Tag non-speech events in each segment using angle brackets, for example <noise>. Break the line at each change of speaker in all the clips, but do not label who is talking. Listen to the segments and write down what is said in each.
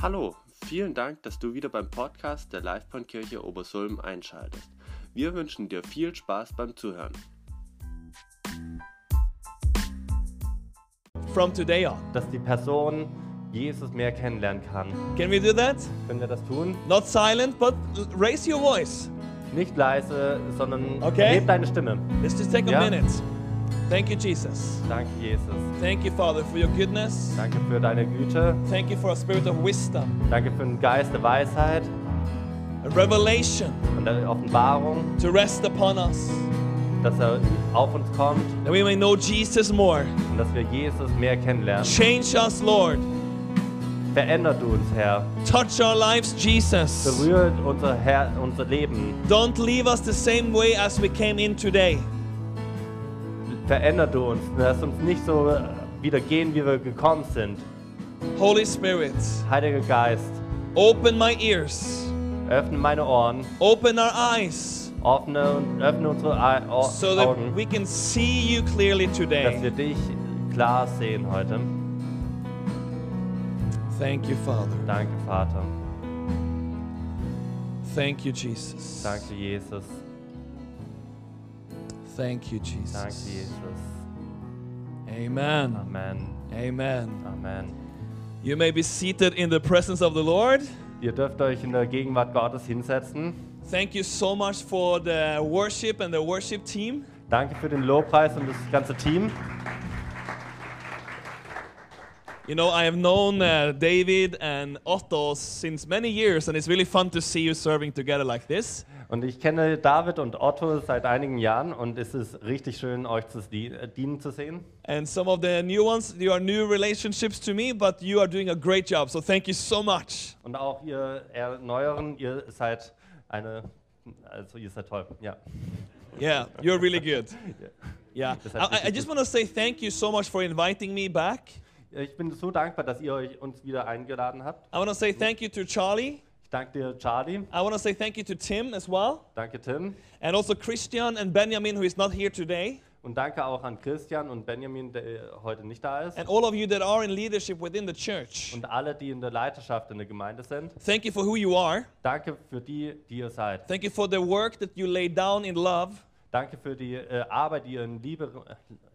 Hallo, vielen Dank, dass du wieder beim Podcast der Livebahnkirche Obersulm einschaltest. Wir wünschen dir viel Spaß beim Zuhören.
from today on.
dass die Person Jesus mehr kennenlernen kann.
Can we do that?
Können wir das tun?
Not silent, but l- raise your voice.
Nicht leise, sondern
Okay.
erhebe deine Stimme.
Let's just take a
Yeah.
minute. Thank you, Jesus.
Danke, Jesus.
Thank you, Father, for your goodness.
Danke für deine Güte.
Thank you for a spirit of wisdom,
Danke für den Geist der Weisheit
a revelation
und der Offenbarung,
to rest upon us,
dass er auf uns kommt
that we may know Jesus more.
und dass wir Jesus mehr kennenlernen.
Change us, Lord.
Verändert du uns, Herr.
Touch our lives, Jesus.
Berührt unser, Herr, unser Leben.
Don't leave us the same way as we came in today.
Verändert du uns. Lass uns nicht so äh, wieder gehen, wie wir gekommen sind.
Holy Spirit,
Heiliger Geist,
open my ears,
öffne meine Ohren,
open our eyes,
öffne, öffne unsere Ei- Ohr-
so
Augen.
that we can see you clearly
dass wir
today.
dich klar sehen heute.
Thank you, Father.
Danke, Vater.
Thank you, Jesus.
Danke, Jesus.
Thank you, Jesus.
Danke, Jesus.
Amen.
Amen.
Amen.
Amen.
You may be seated in the presence of the Lord.
Ihr dürft euch in der Gegenwart Gottes hinsetzen.
Thank you so much for the worship and the worship team.
Danke für den Lobpreis und das ganze Team.
You know, I have known uh, David and Otto since many years, and it's really fun to see you serving together like this.
Und ich kenne David und Otto seit einigen Jahren und es ist richtig schön, euch zu di- äh, dienen zu sehen.
And some of the new ones, you are new relationships to me, but you are doing a great job. So thank you so much.
Und auch ihr eher Neueren, ihr seid eine, also ihr seid toll. Ja.
Yeah, you're really good. <laughs> Yeah.
That's
I, I- I
actually
just
good.
want to say thank you so much for inviting me back.
Ich bin so dankbar, dass ihr euch uns wieder eingeladen habt.
I want to say thank you to Charlie.
Ich danke dir, Charlie.
I want to say thank you to Tim as well,
Danke, Tim.
and also Christian and Benjamin, who is not here today,
Und danke auch an Christian und Benjamin, der heute nicht da ist.
and all of you that are in leadership within the church.
Und alle, die in der Leiterschaft in der Gemeinde sind.
Thank you for who you are.
Danke für die, die ihr seid.
Thank you for the work that you lay down in love
Danke für die äh, Arbeit, die ihr in Liebe äh,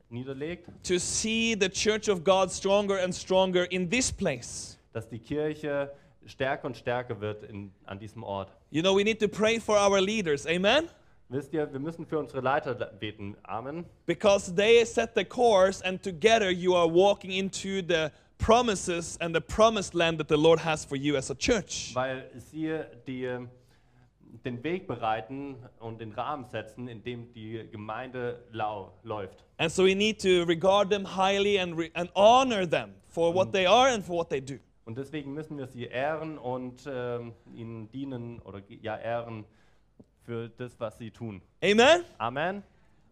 niederlegt,
to see the church of God stronger and stronger in this place.
dass die Kirche stärker und stärker wird in, an diesem Ort.
You know, we need to pray for our leaders, amen?
Wisst ihr, wir müssen für unsere Leiter beten. Amen.
Because they set the course, and together you are walking into the promises and the promised land that the Lord has for you as a church.
Weil sie die, den Weg bereiten und den Rahmen setzen, in dem die Gemeinde lau läuft.
And so we need to regard them highly and, re- and honor them for what they are and for what they do.
Und deswegen müssen wir sie ehren und ähm, ihnen dienen oder ge- ja ehren für das, was sie tun.
Amen?
Amen.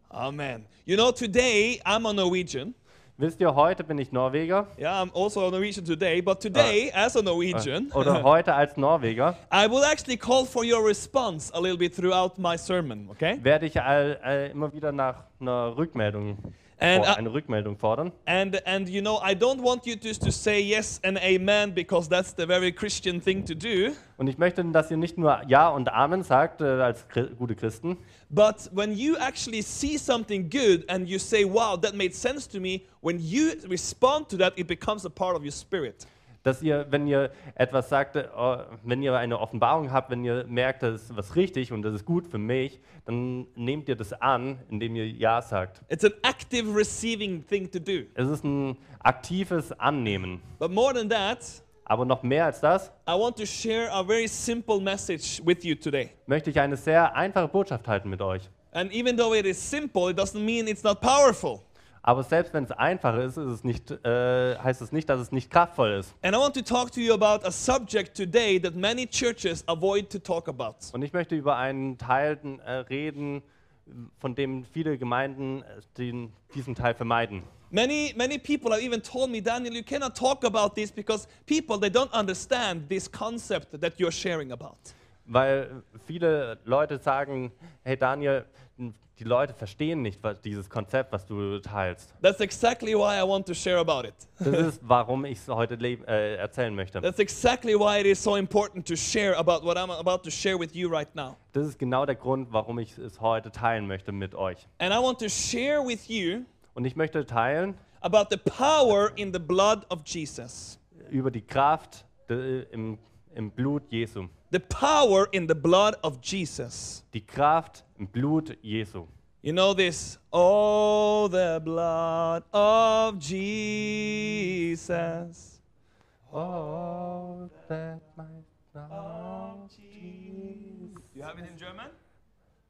Amen. You know, today I'm a Norwegian.
Wisst ihr, heute bin ich Norweger
Yeah, I'm also a Norwegian today, but today, as a Norwegian,
oder heute als Norweger
I will actually call for your response a little bit throughout my sermon, okay?
werde ich all, all, immer wieder nach einer Rückmeldung
And,
for,
uh,
eine Rückmeldung fordern.
And and you know, I don't want you just to say yes and amen because that's the very Christian thing to do.
Und ich möchte, dass ihr nicht nur Ja und Amen sagt äh, als Chri- gute Christen,
But when you actually see something good and you say, wow, that made sense to me, when you respond to that, it becomes a part of your spirit.
dass ihr, wenn ihr etwas sagt, äh, oh, wenn ihr eine Offenbarung habt, wenn ihr merkt, das ist was richtig und das ist gut für mich, dann nehmt ihr das an, indem ihr Ja sagt.
It's an active receiving thing to do.
Es ist ein aktives Annehmen.
But more than that,
Aber noch mehr als das
I want to share a very simple message with you today.
möchte ich eine sehr einfache Botschaft halten mit euch.
And even though it is simple, it doesn't mean it's not powerful.
Aber selbst wenn es einfach ist, ist es nicht, äh, heißt es nicht, dass es nicht kraftvoll ist.
And I want to talk to you about a subject today that many churches avoid to talk about.
Und ich möchte über einen Teil äh, reden, von dem viele Gemeinden äh, den, diesen Teil vermeiden.
Many many people have even told me, Daniel, you cannot talk about this because people they don't understand this concept that you're sharing about.
Weil viele Leute sagen, hey Daniel, die Leute verstehen nicht was, dieses Konzept, was du teilst.
That's exactly why I want to share about it.
Das ist, warum ich es heute leb- äh, erzählen möchte.
That's exactly why it is so important to share about what I'm about to share with you right now.
Das ist genau der Grund, warum ich es heute teilen möchte mit euch.
And I want to share with you
Und ich möchte teilen
about the power in the blood of Jesus.
über die Kraft de, im, im Blut Jesu.
The power in the blood of Jesus.
Die Kraft im Blut Jesu.
You know this. Oh, the blood of Jesus.
Oh, that my love
You have it in German?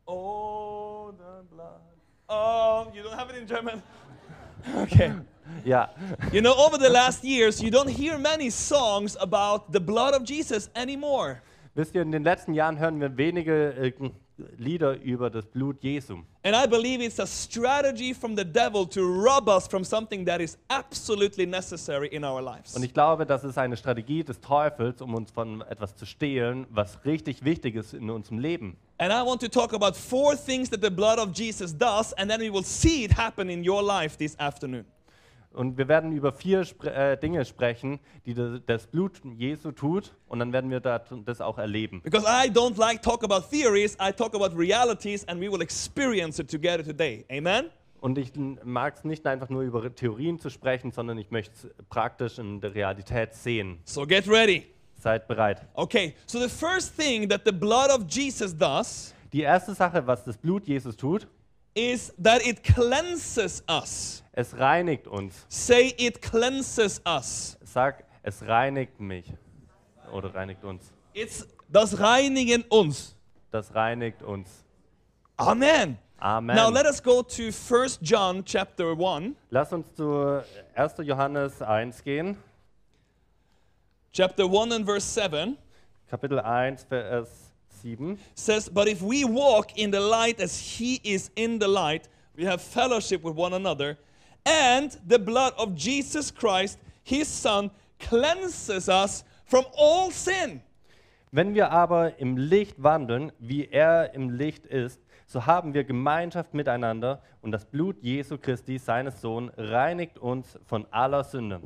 Oh, the blood. Oh, you don't have it in German? <laughs> Okay.
Ja, <laughs>
You know, over the last years, you don't hear many songs about the blood of Jesus anymore.
wisst ihr, in den letzten Jahren hören wir wenige äh, Lieder über das Blut Jesu.
And I believe it's a strategy from the devil to rob us from something that is absolutely necessary in our lives.
Und ich glaube, das ist eine Strategie des Teufels, um uns von etwas zu stehlen, was richtig wichtig ist in unserem Leben.
And I want to talk about four things that the blood of Jesus does, and then we will see it happen in your life this afternoon.
Und wir werden über vier Spre äh, Dinge sprechen, die de- das Blut Jesu tut, und dann werden wir dat- das auch erleben.
Because I don't like talk about theories, I talk about realities, and we will experience it together today. Amen?
Und ich mag es nicht einfach nur über Theorien zu sprechen, sondern ich möchte es praktisch in der Realität sehen.
So get ready.
Seid bereit.
Okay, so the first thing that the blood of Jesus does
Die erste Sache, was das Blut Jesus tut,
is that it cleanses us.
es reinigt uns.
Say it cleanses us.
Sag, es reinigt mich. Oder reinigt uns.
It's das reinigen uns.
Das reinigt uns.
Amen.
Amen.
Now let us go to 1 John chapter 1.
Lass uns zu 1. Johannes 1 gehen,
Chapter 1 and verse 7
Kapitel 1, Vers 7.
says, But if we walk in the light as he is in the light, we have fellowship with one another, and the blood of Jesus Christ, his son, cleanses us from all sin.
Wenn wir aber im Licht wandeln, wie er im Licht ist, so haben wir Gemeinschaft miteinander und das Blut Jesu Christi, seines Sohn, reinigt uns von aller Sünde.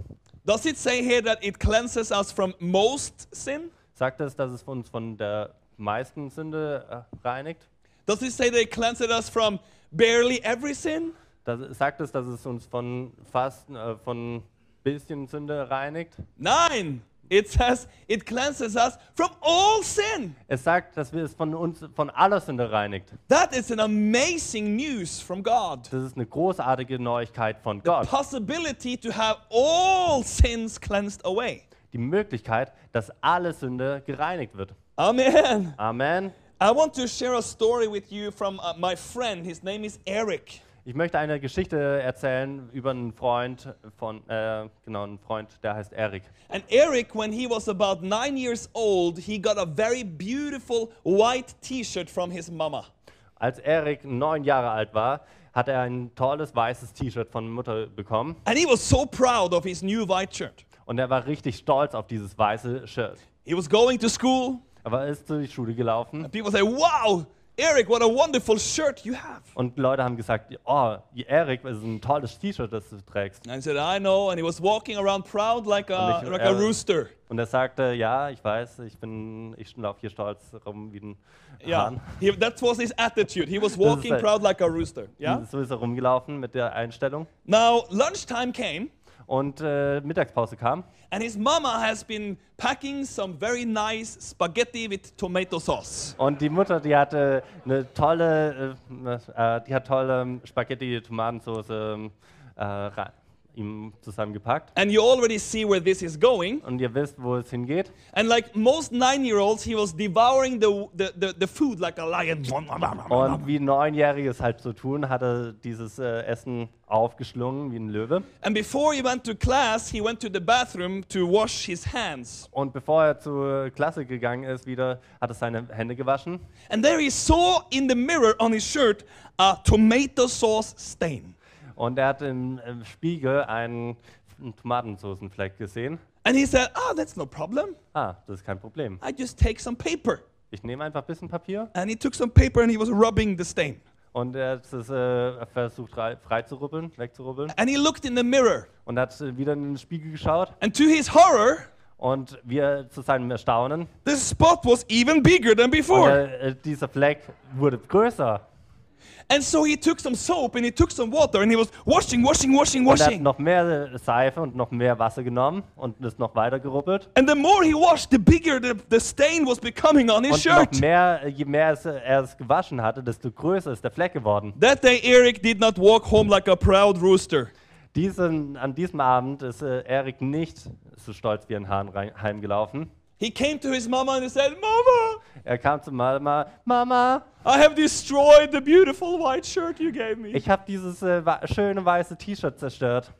Does it say here that it cleanses us from most sin?
Sagt es, dass es uns von der meisten Sünde äh, reinigt?
Does it say that it cleanses us from barely every sin?
Das, sagt es, dass es uns von fast, äh, von bisschen Sünde reinigt?
Nine. It says it cleanses us from all sin.
Es sagt, dass wir es von uns, von aller Sünde reinigt.
That is an amazing news from God.
Das ist eine großartige Neuigkeit von Gott.
Possibility to have all sins cleansed away.
Die Möglichkeit, dass alle Sünde gereinigt wird.
Amen.
Amen.
I want to share a story with you from uh, my friend. His name is Eric.
Ich möchte eine Geschichte erzählen über einen Freund von, äh, genau, einen Freund, der heißt Erik.
And Eric, when he was about nine years old, he got a very beautiful white t shirt from his mama.
Als Erik neun Jahre alt war, hat er ein tolles weißes T-Shirt von Mutter bekommen
And he was so proud of his new white shirt.
und er war richtig stolz auf dieses weiße Shirt.
He was going to school.
Aber er ist zur Schule gelaufen
People say, Wow, Eric, what a wonderful shirt you have.
und Leute haben gesagt, oh, Erik, es ist ein tolles T-Shirt, das du trägst.
And he said, I know. And he was walking around proud like a,
Und ich-
like
er-
a rooster.
Und er sagte, ja, ich weiß, ich bin, ich laufe hier stolz rum wie ein
Yeah.
Hahn.
He, that was his attitude. He was walking
like-
proud like a rooster. Yeah.
<laughs> So ist er rumgelaufen mit der Einstellung.
Now, lunchtime came,
Und äh, Mittagspause kam
and his mama has been packing some very nice spaghetti with tomato sauce.
Und die Mutter, die hatte eine tolle, äh, äh, die hat tolle Spaghetti Tomatensauce ähm, äh, ra- ihm zusammengepackt.
And you already see where this is going.
Und ihr wisst, wo es hingeht.
And like most nine year olds, he was devouring the, the, the, the food like a lion.
Und wie ein Neunjähriges halt so tun, hat er dieses äh, Essen aufgeschlungen wie ein Löwe.
And before he went to class, he went to the bathroom to wash his hands.
Und bevor er zur Klasse gegangen ist, wieder hat er seine Hände gewaschen.
And there he saw in the mirror on his shirt a tomato sauce stain.
Und er hat im, im Spiegel einen, einen Tomatensoßenfleck gesehen.
And he said, Ah, that's no problem.
Ah, das ist kein Problem.
I just take some paper
Ich nehme einfach ein bisschen Papier
and he took some paper and he was rubbing the stain.
und er hat es äh, versucht frei- freizurubbeln, wegzurubbeln
And he looked in the mirror.
und hat äh, wieder in den Spiegel geschaut
And to his horror,
und wir zu seinem Erstaunen,
the spot was even bigger than before.
äh, äh, dieser Fleck wurde größer.
And so he took some soap and he took some water and he was washing, washing, washing,
Und er hat
washing.
noch mehr äh, Seife und noch mehr Wasser genommen und ist noch weiter gerubbelt.
And the more he washed, the bigger the, the stain was becoming on his
Und noch
shirt.
mehr, äh, je mehr es, äh, er es gewaschen hatte, desto größer ist der Fleck geworden.
That day, Eric did not walk home like a proud rooster.
Diesen, an diesem Abend ist äh, Erik nicht so stolz wie ein Hahn rein, heimgelaufen.
He came to his mama and he said, Mama,
Er kam zu Mama, Mama,
I have destroyed the beautiful white shirt you gave me.
ich habe dieses äh, wa- schöne weiße T-Shirt zerstört.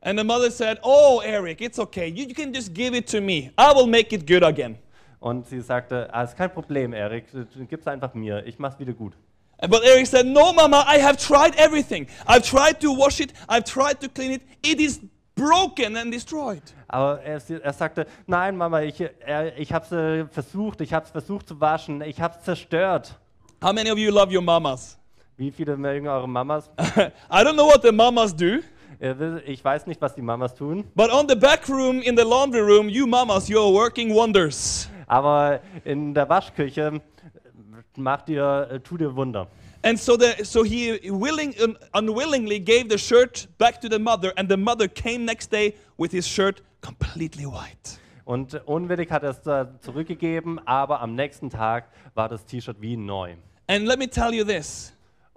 And the mother said, Oh, Eric, it's okay. You, you can just give it to me. I will make it good again.
Und sie sagte, ah, ist kein Problem, Erik, äh, gib's einfach mir, ich mach's wieder gut.
And- But Eric said, No, mama, I have tried everything. I've tried to wash it, I've tried to clean it. It is broken and destroyed.
Aber er, sie- er sagte, nein, Mama, ich, äh, er, ich hab's äh, versucht, ich hab's versucht zu waschen, ich hab's zerstört.
How many of you love your mamas?
Wie viele mögen eure Mamas? <laughs>
I don't know what the mamas do,
Ihr wisst- ich weiß nicht, was die Mamas tun,
but on the back room in the laundry room, you mamas, you're working wonders.
aber in der Waschküche äh, macht ihr, äh, tut ihr Wunder.
And so, the, so he willing, un, unwillingly gave the shirt back to the mother, and the mother came next day with his shirt completely white.
Und unwillig hat er es da zurückgegeben, aber am nächsten Tag war das T-Shirt wie neu.
And let me tell you this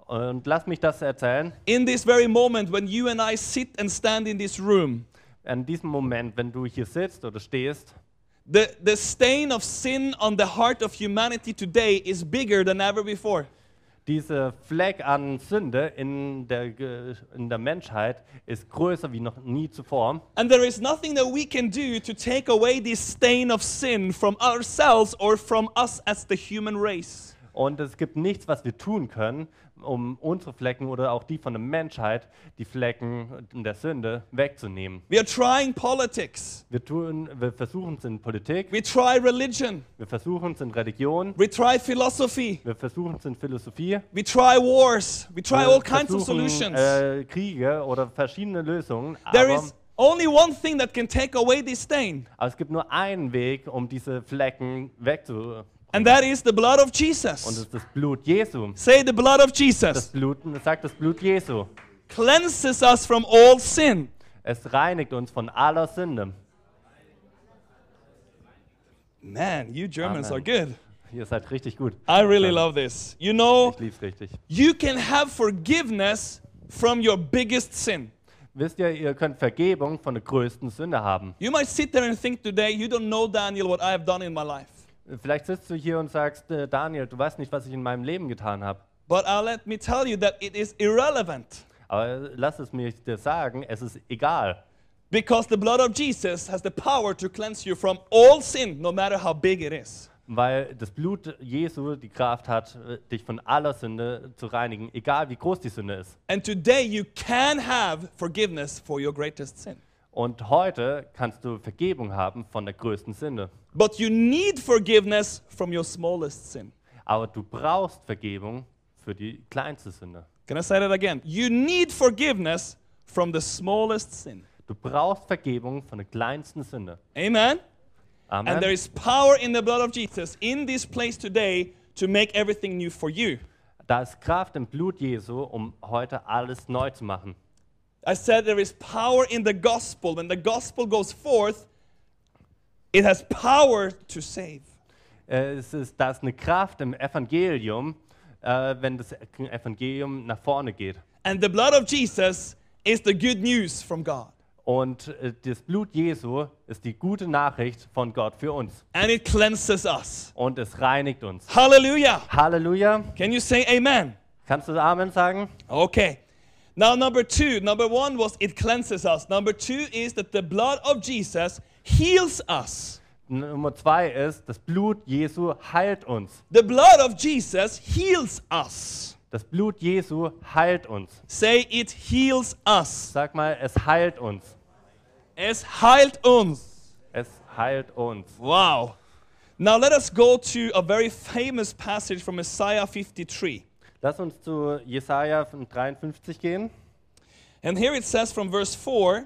Und lass mich das erzählen.
in this very moment when you and I sit and stand in this room,
An diesem Moment, wenn du hier sitzt oder stehst,
the, the stain of sin on the heart of humanity today is bigger than ever before.
diese Fleck an Sünde in der, Ge- in der Menschheit ist größer wie noch nie zuvor.
And there is nothing that we can do to take away this stain of sin from ourselves or from us as the human race.
Und es gibt nichts, was wir tun können, um unsere Flecken oder auch die von der Menschheit, die Flecken der Sünde wegzunehmen.
We are trying politics,
Wir, tun- wir versuchen es in Politik,
we try religion,
wir versuchen es in Religion,
we try philosophy,
wir versuchen es in Philosophie.
we try wars, we try
wir
all kinds of
versuchen,
solutions.
Äh, Kriege oder verschiedene Lösungen.
There
Aber,
is only one thing that can take away this stain,
aber es gibt nur einen Weg, um diese Flecken wegzu.
and that is the blood of
Und das
Jesus.
ist das Blut Jesu.
Say the blood of
Das <laughs>
Jesus
Blut, sagt das Blut Jesu.
cleanses us from all sin.
Es reinigt uns von aller Sünde.
Man, you Germans
Amen.
are good.
Ihr seid richtig gut.
I really love this. You know,
Ich lieb's richtig.
you can have forgiveness from your biggest sin.
Wisst ihr, ihr könnt Vergebung von der größten Sünde haben.
You might sit there and think today, you don't know, Daniel, what I have done in my life.
Vielleicht sitzt du hier und sagst, äh, Daniel, du weißt nicht, was ich in meinem Leben getan habe.
But uh, let me tell you that it is irrelevant
Aber lass es mir dir sagen, es ist egal.
because the blood of Jesus has the power to cleanse you from all sin, no matter how big it is.
Weil das Blut Jesu die Kraft hat, äh, dich von aller Sünde zu reinigen, egal wie groß die Sünde ist.
And today you can have forgiveness for your greatest sin.
Und heute kannst du Vergebung haben von der größten Sünde.
But you need forgiveness from your smallest sin.
Aber du brauchst Vergebung für die kleinste Sünde.
Can I say that again? You need forgiveness from the smallest sin.
Du brauchst Vergebung von der kleinsten Sünde.
Amen? And there
Amen.
is power in the blood of Jesus in this place today to make everything new for you.
Da ist Kraft im Blut Jesu, um heute alles neu zu machen.
I said there is power in the gospel. When the gospel goes forth, it has power to save.
Äh, Es ist, da ist eine Kraft im Evangelium, äh, wenn das Evangelium nach vorne geht.
And the blood of Jesus is the good news from God.
Und äh, das Blut Jesu ist die gute Nachricht von Gott für uns.
And it cleanses us.
Und es reinigt uns.
Hallelujah.
Halleluja.
Can you say amen?
Kannst du Amen sagen?
Okay. Now, number two. Number one was it cleanses us. Number two is that the blood of Jesus heals us.
Nummer zwei ist, das Blut Jesu heilt uns.
The blood of Jesus heals us.
Das Blut Jesu heilt uns.
Say it heals us.
Sag mal, es heilt uns.
Es heilt uns.
Es heilt uns.
Wow. Now let us go to a very famous passage from Isaiah 53.
Lass uns zu Jesaja 53 gehen.
And here it says from verse 4,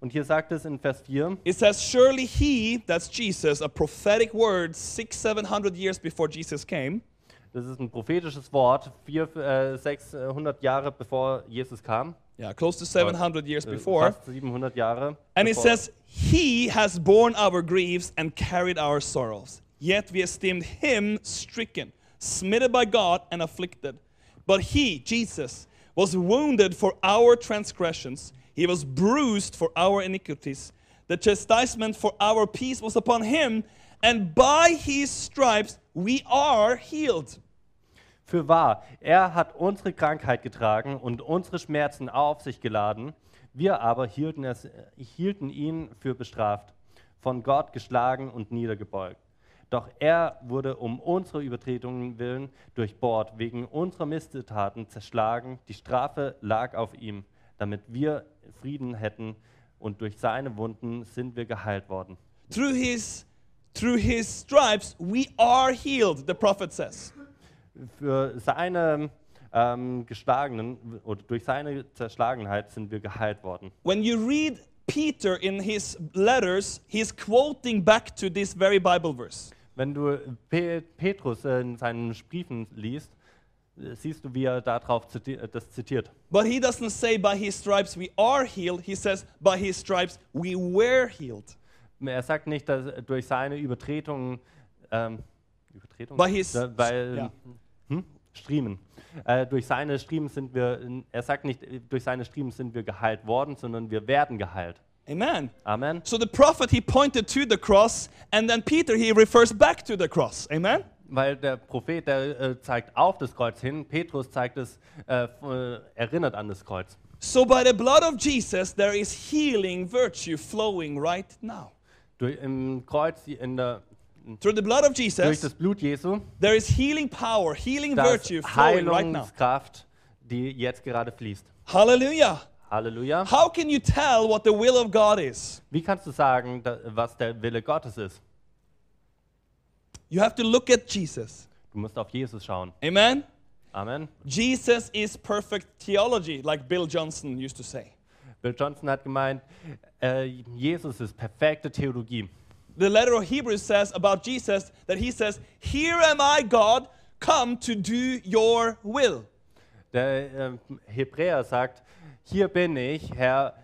Und hier sagt es in Vers 4,
it says, Surely he, that's Jesus, a prophetic word six, seven hundred years before Jesus came,
das ist ein prophetisches Wort, 400, äh, 600 Jahre bevor Jesus kam.
yeah, close to 700 years
äh,
before,
Fast 700 Jahre.
and it
bevor.
says, He has borne our griefs and carried our sorrows. Yet we esteemed him stricken, smitten by God, and afflicted. But he, Jesus, was wounded for our transgressions, he was bruised for our iniquities. The chastisement for our peace was upon him, and by his stripes we are healed.
Für wahr, er hat unsere Krankheit getragen und unsere Schmerzen auf sich geladen. Wir aber hielten, es, hielten ihn für bestraft, von Gott geschlagen und niedergebeugt. Doch er wurde um unsere Übertretungen willen durchbohrt, wegen unserer Missetaten zerschlagen. Die Strafe lag auf ihm, damit wir Frieden hätten. Und durch seine Wunden sind wir geheilt worden.
through his through his stripes we are healed the prophet says
Für seine ähm, geschlagenen oder durch seine Zerschlagenheit sind wir geheilt worden.
when you read peter in his letters he's quoting back to this very bible verse
Wenn du Pe Petrus äh, in seinen Briefen liest, äh, siehst du, wie er darauf ziti äh, das zitiert.
but he doesn't say by his stripes we are healed he says by his stripes we were healed
Er sagt nicht, dass äh, durch seine Übertretungen, ähm, Übertretungen,
By his-
Da- weil,
ja.
hm? Striemen. Äh, durch seine Striemen sind wir, er sagt nicht, äh, durch seine Striemen sind wir geheilt worden, sondern wir werden geheilt.
amen
Amen.
so the prophet he pointed to the cross and then peter he refers back to the cross amen
Weil der Prophet, der äh, zeigt auf das Kreuz hin, Petrus zeigt es, äh, f- äh, erinnert an das Kreuz.
so by the blood of jesus there is healing virtue flowing right now
Durch, Im Kreuz, in der,
through the blood of
durch
jesus
das Blut Jesu
There is healing power, healing
Da
virtue
ist
flowing right now.
Heilungskraft, die jetzt gerade fließt.
Hallelujah.
Halleluja.
How can you tell what the will of God is?
Wie kannst du sagen, da- was der Wille Gottes ist?
You have to look at Jesus.
Du musst auf Jesus schauen.
Amen?
Amen.
Jesus is perfect theology, like Bill Johnson used to say.
Bill Johnson hat gemeint, äh, Jesus ist perfekte Theologie.
The letter of Hebrews says about Jesus that he says, Here am I, God, come to do your will.
Der ähm, Hebräer sagt, hier bin ich, Herr,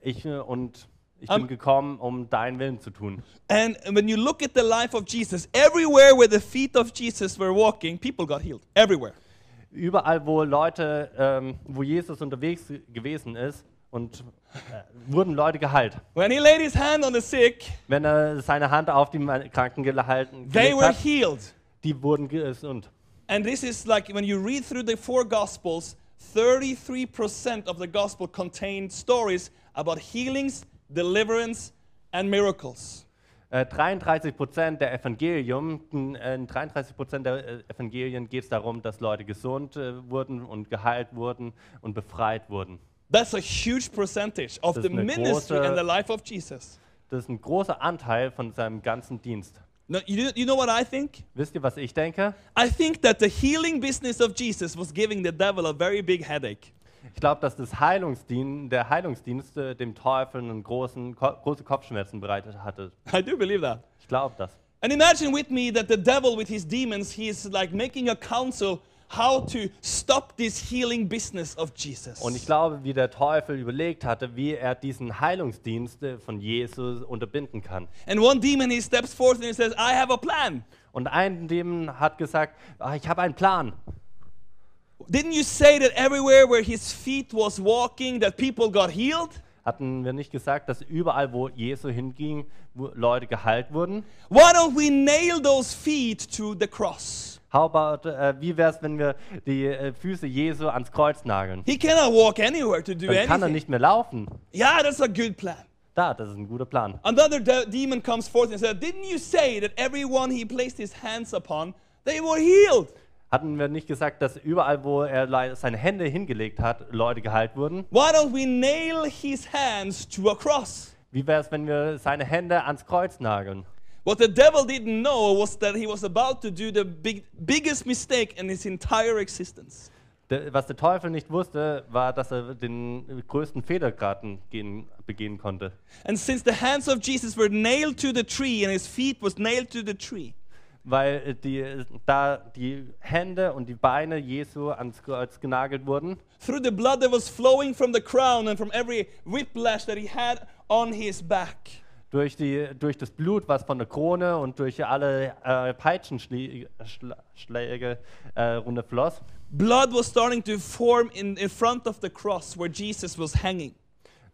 ich, äh, und ich
Am-
bin gekommen, um deinen Willen zu tun.
And when you look at the life of Jesus, everywhere where the feet of Jesus were walking, people got healed. Everywhere.
Überall, wo Leute, ähm, wo Jesus unterwegs gewesen ist, und äh, wurden Leute geheilt.
When he laid his hand on the sick,
Wenn er seine Hand auf die Ma- Kranken gehalten
they
gelegt
were
hat,
healed.
die wurden gesund.
And this is like when you read through the four Gospels, 33% of the Gospel contain stories about healings, deliverance, and miracles.
Äh, 33 Prozent der Evangelium, äh, in 33 Prozent der äh, Evangelien geht es darum, dass Leute gesund äh, wurden und geheilt wurden und befreit wurden.
That's a huge percentage of
Das
the
ist eine
ministry
große-
and the life of Jesus.
Das ist ein großer Anteil von seinem ganzen Dienst.
No, you, you know what I think?
Wisst ihr, was ich denke?
I think that the healing business of Jesus was giving the devil a very big headache. <laughs>
Ich glaube, dass das Heilungsdien der Heilungsdienst äh, dem Teufel einen großen, ko große Kopfschmerzen bereitet hatte.
I do believe that.
Ich glaube das.
And imagine with me that the devil, with his demons, he is like making a council how to stop this healing business of Jesus.
Und ich glaube, wie der Teufel überlegt hatte, wie er diesen Heilungsdienst äh, von Jesus unterbinden kann.
And one demon he steps forth and he says, I have a plan.
Und ein Dämon hat gesagt, ah, ich habe einen Plan.
Didn't you say that everywhere where his feet was walking that people got healed?
Hatten wir nicht gesagt, dass überall, wo Jesus hinging, wo Leute geheilt wurden?
Why don't we nail those feet to the cross?
How about, äh, wie wäre es, wenn wir die äh, Füße Jesu ans Kreuz nageln?
He cannot walk anywhere to do
Dann kann er
anything.
nicht mehr laufen.
Yeah, that's a good plan.
Da, das ist ein guter Plan.
Another de- demon comes forth and says, Didn't you say that everyone he placed his hands upon, they were healed?
Hatten wir nicht gesagt, dass überall, wo er lei- seine Hände hingelegt hat, Leute geheilt wurden?
Why don't we nail his hands to a cross?
Wie wäre es, wenn wir seine Hände ans Kreuz nageln?
What the devil didn't know was that he was about to do the big, biggest mistake in his entire existence.
Der, was der Teufel nicht wusste, war, dass er den größten Federgraten gehen, begehen konnte.
And since the hands of Jesus were nailed to the tree and his feet was nailed to the tree,
Weil äh, die, da die Hände und die Beine Jesu ans Kreuz genagelt wurden,
through the blood that was flowing from the crown and from every whiplash that he had on his back,
durch, die, durch das Blut, was von der Krone und durch alle äh, Peitschenschläge Schläge, äh, runterfloss,
blood was starting to form in, in front of the cross where Jesus was hanging.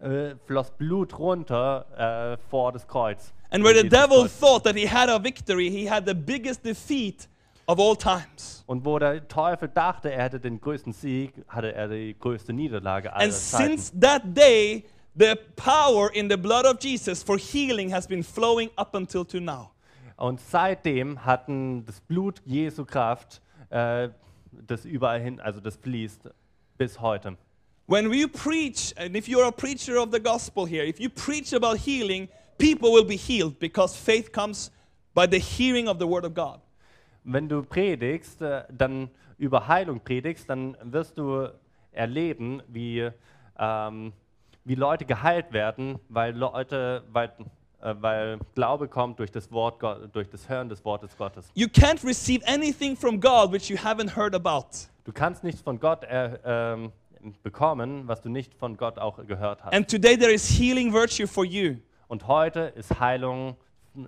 äh, floss Blut runter äh, vor das Kreuz.
And where the
Jesus
devil
Kreuz.
thought that he had a victory, he had the biggest defeat of all times.
Und wo der Teufel dachte, er hätte den größten Sieg, hatte er die größte Niederlage aller
And
Zeiten.
since that day, the power in the blood of Jesus for healing has been flowing up until to now.
Und seitdem hatten das Blut Jesu Kraft, äh, das überall hin, also das fließt bis heute.
When we preach, and if you're a preacher of the gospel here, if you preach about healing, people will be healed because faith comes by the hearing of the word of God.
Wenn du predigst, äh, dann über Heilung predigst, dann wirst du erleben, wie, ähm, wie Leute geheilt werden, weil Leute, weil, äh, weil Glaube kommt durch das Wort, Gott- durch das Hören des Wortes Gottes.
You can't receive anything from God which you haven't heard about.
Du kannst nichts von Gott er, ähm, bekommen, was du nicht von Gott auch gehört hast.
And today there is healing virtue for you.
Und heute ist Heilung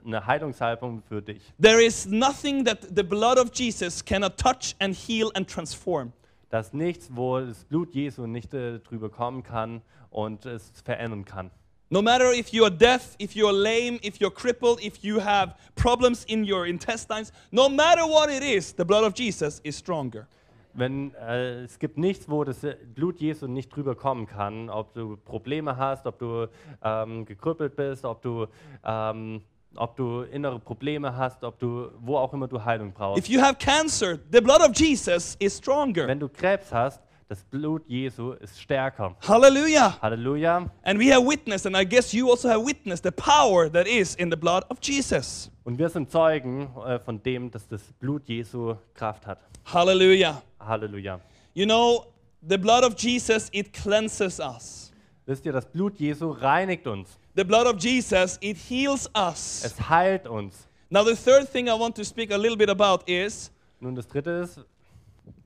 eine Heilungshaltung für dich.
There is nothing that the blood of Jesus cannot touch and heal and transform.
Das ist nichts, wo das Blut Jesu nicht äh, drüber kommen kann und es verändern kann.
No matter if you are deaf, if you're lame, if you're crippled, if you have problems in your intestines, no matter what it is, the blood of Jesus is stronger.
Wenn, äh, es gibt nichts, wo das äh, Blut Jesu nicht drüber kommen kann, ob du Probleme hast, ob du ähm, gekrüppelt bist, ob du, ähm, ob du innere Probleme hast, ob du, wo auch immer du Heilung brauchst.
If you have cancer, the blood of Jesus is stronger.
Wenn du Krebs hast, das Blut Jesu ist stärker.
Hallelujah.
Halleluja.
And we have witnessed, and I guess you also have witnessed, the power that is in the blood of Jesus.
Und wir sind Zeugen äh, von dem, dass das Blut Jesu Kraft hat.
Hallelujah.
Halleluja.
You know, the blood of Jesus, it cleanses us.
Wisst ihr, das Blut Jesu reinigt uns.
The blood of Jesus, it heals us.
Es heilt uns.
Now, the third thing I want to speak a little bit about is
Nun, das dritte ist,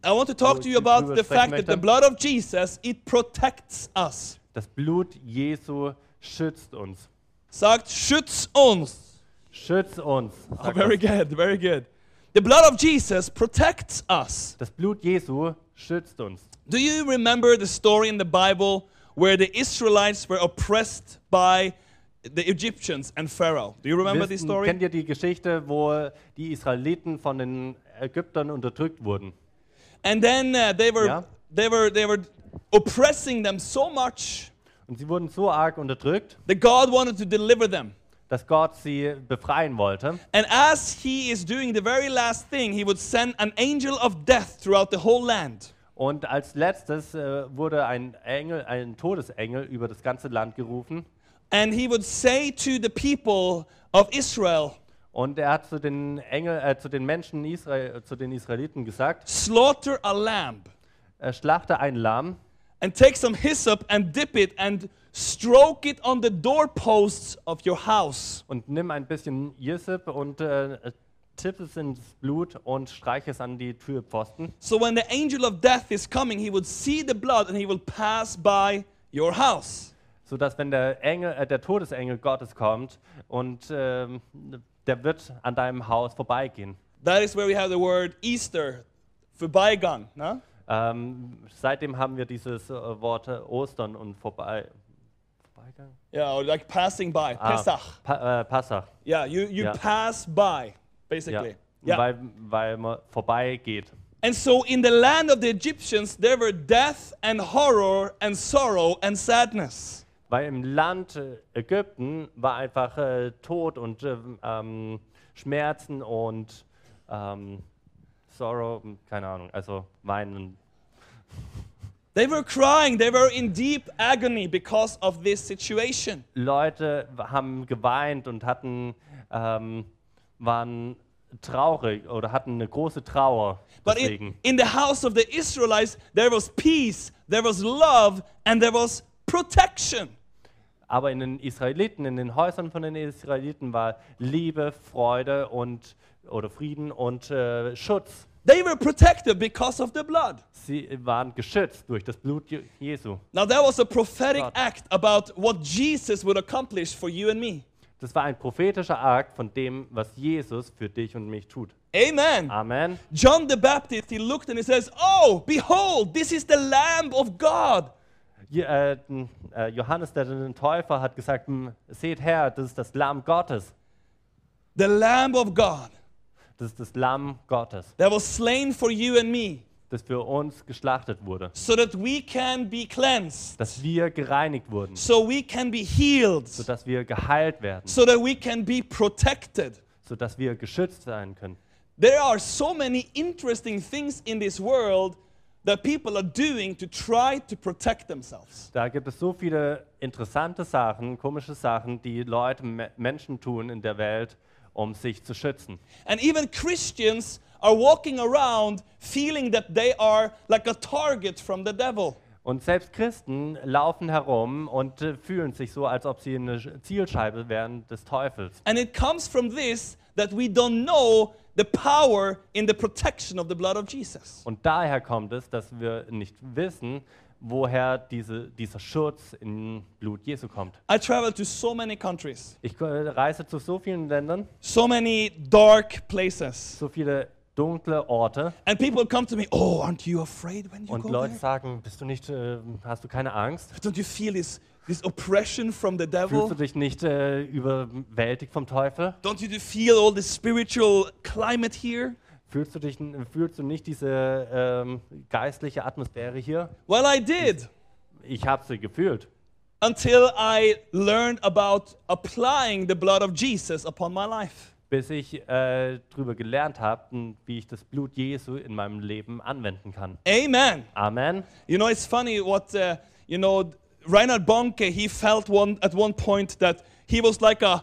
I want to talk
Oh,
to you
you-
about
you were
the fact
segmented?
that the blood of Jesus it protects us.
das Blut Jesu schützt uns.
Sagt schütz uns.
Schützt uns.
Oh,
sagt
very
das.
good, very good. The blood of Jesus protects us.
Das Blut Jesu schützt uns.
Do you remember the story in the Bible where the Israelites were oppressed by the Egyptians and Pharaoh? Do you remember this
Wissen-
story?
Kennt ihr die Geschichte, wo die Israeliten von den Ägyptern unterdrückt wurden?
and then uh, they were
Yeah.
they were they were oppressing them so much
Und sie wurden so arg unterdrückt,
that God wanted to deliver them.
dass Gott sie befreien wollte.
And as he is doing the very last thing, he would send an angel of death throughout the whole land.
Und als letztes äh, wurde ein Engel, ein Todesengel über das ganze Land gerufen.
And he would say to the people of Israel,
Und er hat zu den Engel, äh, zu den Menschen Israel, zu den Israeliten gesagt:
Slaughter a lamb,
äh, Schlachte ein Lamm
and take some hyssop and dip it and stroke it on the doorposts of your house.
und nimm ein bisschen Jisip und äh, tipp es ins Blut und streich es an die Türpfosten.
So when the angel of death is coming, he would see the blood and he will pass by your house.
sodass wenn der Engel, äh, der Todesengel Gottes kommt und ähm, der wird an deinem Haus vorbeigehen.
That is where we have the word Easter, förbeigang. No?
Ähm, seitdem haben wir dieses äh, Wort äh, Ostern und vorbei. Vorbeigang?
Yeah, or like passing by,
Ah,
Pesach.
Pa äh, Passach.
Yeah, you, you
Yeah.
pass by,
Ja.
basically. Yeah.
Weil, weil man vorbeigeht.
And so in the land of the Egyptians, there were death and horror and sorrow and sadness.
Weil im Land äh, Ägypten war einfach äh, Tod und äh, ähm, Schmerzen und ähm, Sorrow, keine Ahnung, also Weinen.
They were crying, they were in deep agony because of this situation.
Leute haben geweint und hatten ähm, waren traurig oder hatten eine große Trauer
But
deswegen.
in, in the house of the Israelites, there was peace, there was love, and there was protection.
Aber in den Israeliten, in den Häusern von den Israeliten war Liebe, Freude und oder Frieden und äh, Schutz.
They were protected because of the blood.
Sie waren geschützt durch das Blut Je- Jesu.
Now, that was a prophetic
God.
act about what Jesus would accomplish for you and me.
Das war ein prophetischer Akt von dem, was Jesus für dich und mich tut.
Amen.
Amen.
John the Baptist, he looked and he says, Oh, behold, this is the Lamb of God.
Je, äh, n- äh, Johannes der den Täufer hat gesagt: "Hm, Seht her, das ist das Lamm Gottes.
The Lamb of God
Das ist das Lamm Gottes,
that was slain for you and me
das für uns geschlachtet wurde,
so that we can be cleansed,
dass wir gereinigt wurden,
so we can be healed,
sodass wir geheilt werden,
so that we can be protected.
sodass wir geschützt sein können."
There are so many interesting things in this world that people are doing to try to protect themselves.
Da gibt es so viele interessante Sachen, komische Sachen, die Leute, Me Menschen tun in der Welt, um sich zu schützen.
And even Christians are walking around feeling that they are like a target from the devil.
Und selbst Christen laufen herum und äh, fühlen sich so, als ob sie eine Sch- Zielscheibe wären des Teufels.
And it comes from this that we don't know the power in the protection of the blood of Jesus.
Und daher kommt es, dass wir nicht wissen, woher diese, dieser Schutz im Blut Jesu kommt.
I travel to so many countries,
Ich äh, reise zu so vielen Ländern,
so many dark places.
so viele dunkle Orte
And people come to me, oh, aren't you afraid when you
und
go
Leute
there?
sagen, bist du nicht, äh, hast du keine Angst?
Don't you feel this, this oppression from the
Fühlst du
devil?
dich nicht äh, überwältigt vom Teufel?
Don't you feel all this spiritual climate here?
Fühlst du, dich, fühlst du nicht diese ähm, geistliche Atmosphäre hier?
Well, I did
Ich habe sie gefühlt,
until I learned about applying the blood of Jesus upon my life.
bis ich äh, darüber gelernt habe, wie ich das Blut Jesu in meinem Leben anwenden kann.
Amen.
Amen.
You know, it's funny what, uh, you know, Reinhard Bonke, he felt one at one point that he was like a,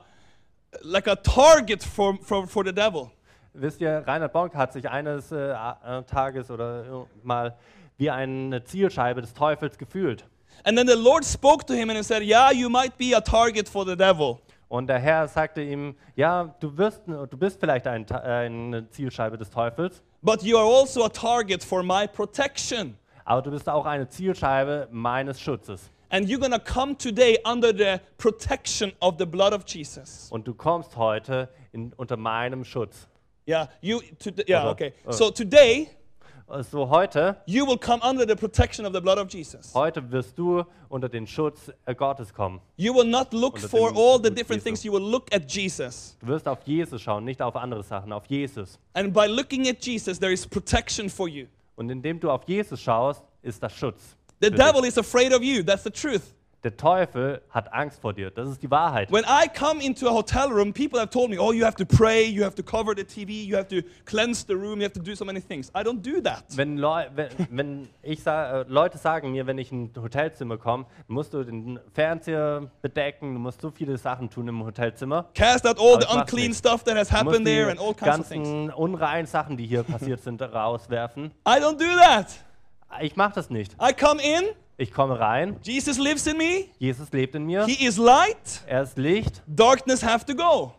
like a target for, for, for the devil.
Wisst ihr, Reinhard Bonk hat sich eines äh, a- äh, Tages oder äh, mal wie eine Zielscheibe des Teufels gefühlt.
And then the Lord spoke to him and he said, Yeah, you might be a target for the devil,
Und der Herr sagte ihm, ja, du, wirst, äh, du bist vielleicht ein, Ta- äh, eine Zielscheibe des Teufels,
but you are also a target for my protection.
aber du bist auch eine Zielscheibe meines Schutzes.
And you're going to come today under the protection of the blood of Jesus.
Und du kommst heute in, unter meinem Schutz.
Yeah, you, to, yeah,
Uh-huh.
okay.
Uh.
So today,
Äh, So heute,
you will come under the protection of the blood of Jesus.
heute wirst du unter den Schutz äh, Gottes kommen.
You will not look
Under the
for
name
all
of
the
Lord
different
Jesus.
things, you will look at Jesus.
Du wirst auf Jesus schauen, nicht auf andere Sachen, auf Jesus.
And by looking at Jesus, there is protection for you.
Und indem du auf Jesus schaust, ist das Schutz.
The
für
devil
dich.
is afraid of you. That's the truth.
Der Teufel hat Angst vor dir. Das ist die Wahrheit.
When I come into a hotel room, people have told me, oh, you have to pray, you have to cover the TV, you have to cleanse the room, you have to do so many things. I don't do that.
Wenn, Leu wenn, wenn ich sa äh, Leute sagen mir, wenn ich in ein Hotelzimmer komme, musst du den Fernseher bedecken, du musst so viele Sachen tun im Hotelzimmer.
Cast out all
I
the
must
unclean
admit,
stuff that has
Du musst
happened there and all
die
kinds of things.
ganzen unreinen Sachen, die hier passiert sind, <laughs> rauswerfen.
I don't do that.
Ich mache das nicht.
I come in,
Ich komme rein,
Jesus lives in me,
Jesus lebt in mir,
He is light,
er ist Licht,
darkness have to go.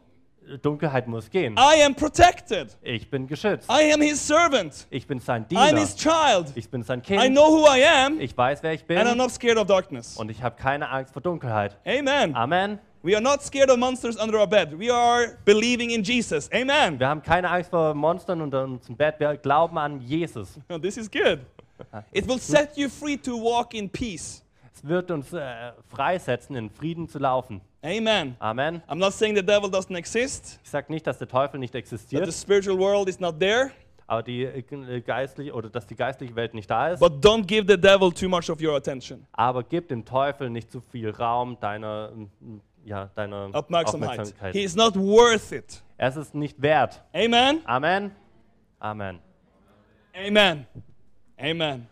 Dunkelheit muss gehen.
I am protected.
Ich bin geschützt.
I am his servant.
Ich bin sein
I'm
Diener.
his child.
Ich bin sein
I
Kind.
know who I am,
Ich weiß, wer ich
and I'm
bin.
not scared of darkness.
Und ich habe keine Angst vor Dunkelheit.
Amen.
Amen.
We are not scared of monsters under our bed. We are believing in Jesus. Amen.
Wir haben keine Angst vor Monstern unter uns im Bett. Wir glauben an Jesus.
Now, This is good. It will set you free to walk in peace.
Es wird uns äh, freisetzen, in Frieden zu laufen.
Amen.
Amen.
I'm not saying the devil doesn't exist,
Ich sage nicht, dass der Teufel nicht
that the
existiert,
spiritual world is not there,
aber die äh, geistliche oder dass die geistliche Welt nicht da ist.
but don't give the devil too much of your attention.
Aber gib dem Teufel nicht zu viel Raum deiner, mm, ja, deiner
Uppmärksamhet. He
Aufmerksamkeit.
is not worth it.
Es ist nicht wert.
Amen.
Amen. Amen.
Amen. Amen.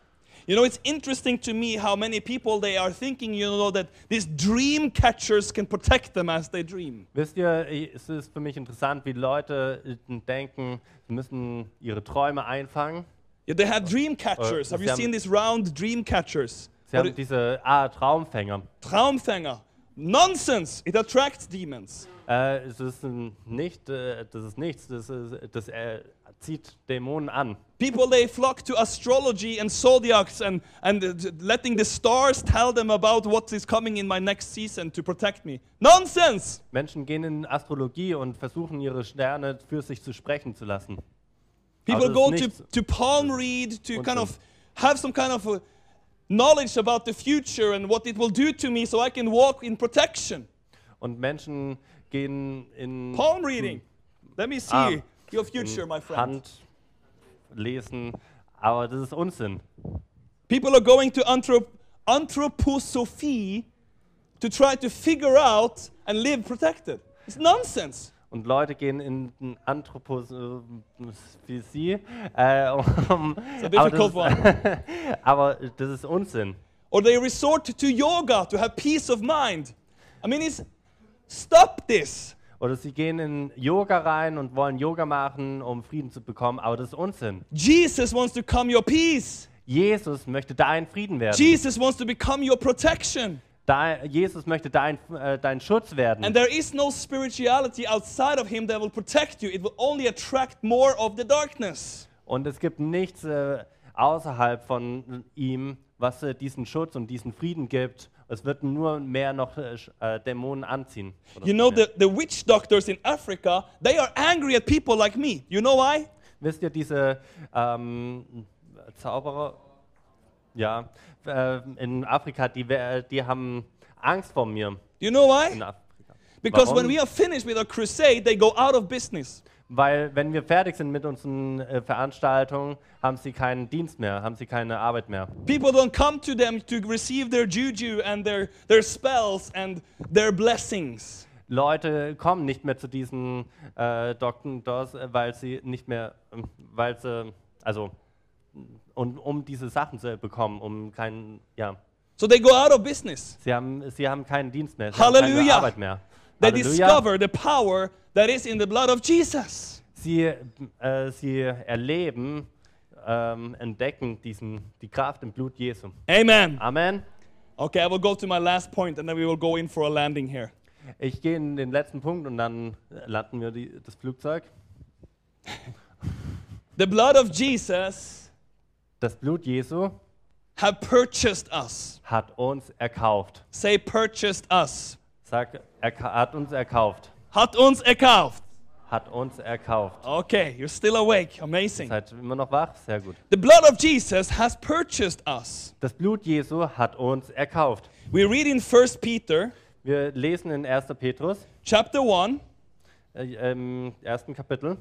You know, it's interesting to me how many people they are thinking, you know, that these dream catchers can protect them as they dream.
Wisst ihr, es ist für mich interessant, wie Leute äh, denken, sie müssen ihre Träume einfangen.
Yeah, they have dream catchers. Have you
Sam-
seen these round dream catchers?
Sie
What
haben diese ah, Traumfänger.
it- Traumfänger. Nonsense! It attracts demons.
Äh, es ist ein nicht, äh, das ist nichts, das, ist, das äh, zieht Dämonen an.
People they flock to astrology and zodiacs and, and uh, letting the stars tell them about what is coming in my next season to protect me. Nonsense!
Menschen gehen in Astrologie und versuchen ihre Sterne für sich zu sprechen zu lassen.
People
Also
go
it's
to,
nichts.
to palm read to
Und
kind
so.
of have some kind of uh, knowledge about the future and what it will do to me so I can walk in protection.
Und Menschen gehen in
Palm reading. Let me see
Ah.
your future, my friend.
Hand lesen, aber das ist Unsinn.
People are going to anthrop- anthroposophy to try to figure out and live protected. It's nonsense.
Und Leute gehen in Anthroposophie, äh,
<laughs>
um, aber,
difficult
das, äh, aber das ist Unsinn.
Or they resort to yoga to have peace of mind. I mean, it's stop this.
Oder sie gehen in Yoga rein und wollen Yoga machen, um Frieden zu bekommen, aber das ist Unsinn.
Jesus wants to come your peace.
Jesus möchte dein Frieden werden.
Jesus wants to become your protection.
Dei- Jesus möchte dein, äh, dein Schutz werden.
And there is no spirituality outside of him that will protect you. It will only attract more of the darkness.
Und es gibt nichts äh, außerhalb von ihm, was äh, diesen Schutz und diesen Frieden gibt. Es wird nur mehr noch äh, Sch- äh, Dämonen anziehen. Oder
You
so
know,
mehr.
the, the witch doctors in Africa, they are angry at people like me. You know why?
Wisst ihr, diese ähm, Zauberer, ja, äh, in Afrika, die, wer- die haben Angst vor mir.
You know
In
why?
Afrika.
Because when
Warum?
we are finished with our crusade, they go out of business.
Weil wenn wir fertig sind mit unseren äh, Veranstaltungen, haben sie keinen Dienst mehr, haben sie keine Arbeit mehr.
People don't come to them to receive their juju and their, their spells and their blessings.
Leute kommen nicht mehr zu diesen äh, Dokten Dors, äh, weil sie nicht mehr, ähm, weil sie, also, und, um diese Sachen zu bekommen, um keinen, ja,
So they go out of business.
sie haben, sie haben keinen Dienst mehr, sie haben keine
Halleluja.
Arbeit mehr.
They
Halleluja.
discover the power that is in the blood of Jesus.
Sie, äh, sie erleben, ähm, entdecken diesen, die Kraft im Blut Jesu.
Amen.
Amen.
Okay, I will go to my last point and then we will go in for a landing here.
Ich gehe in den letzten Punkt und dann landen wir die, das Flugzeug.
The blood of Jesus
Das Blut Jesu
have purchased us.
hat uns erkauft.
Say purchased us.
Sag, er, hat uns erkauft.
Hat uns erkauft.
Hat uns erkauft.
Okay, you're still awake. Amazing.
Seid immer noch wach? Sehr gut.
The blood of Jesus has purchased us.
Das Blut Jesu hat uns erkauft.
We read in 1 Peter
Wir lesen in 1. Petrus,
chapter 1
äh, im ersten Kapitel,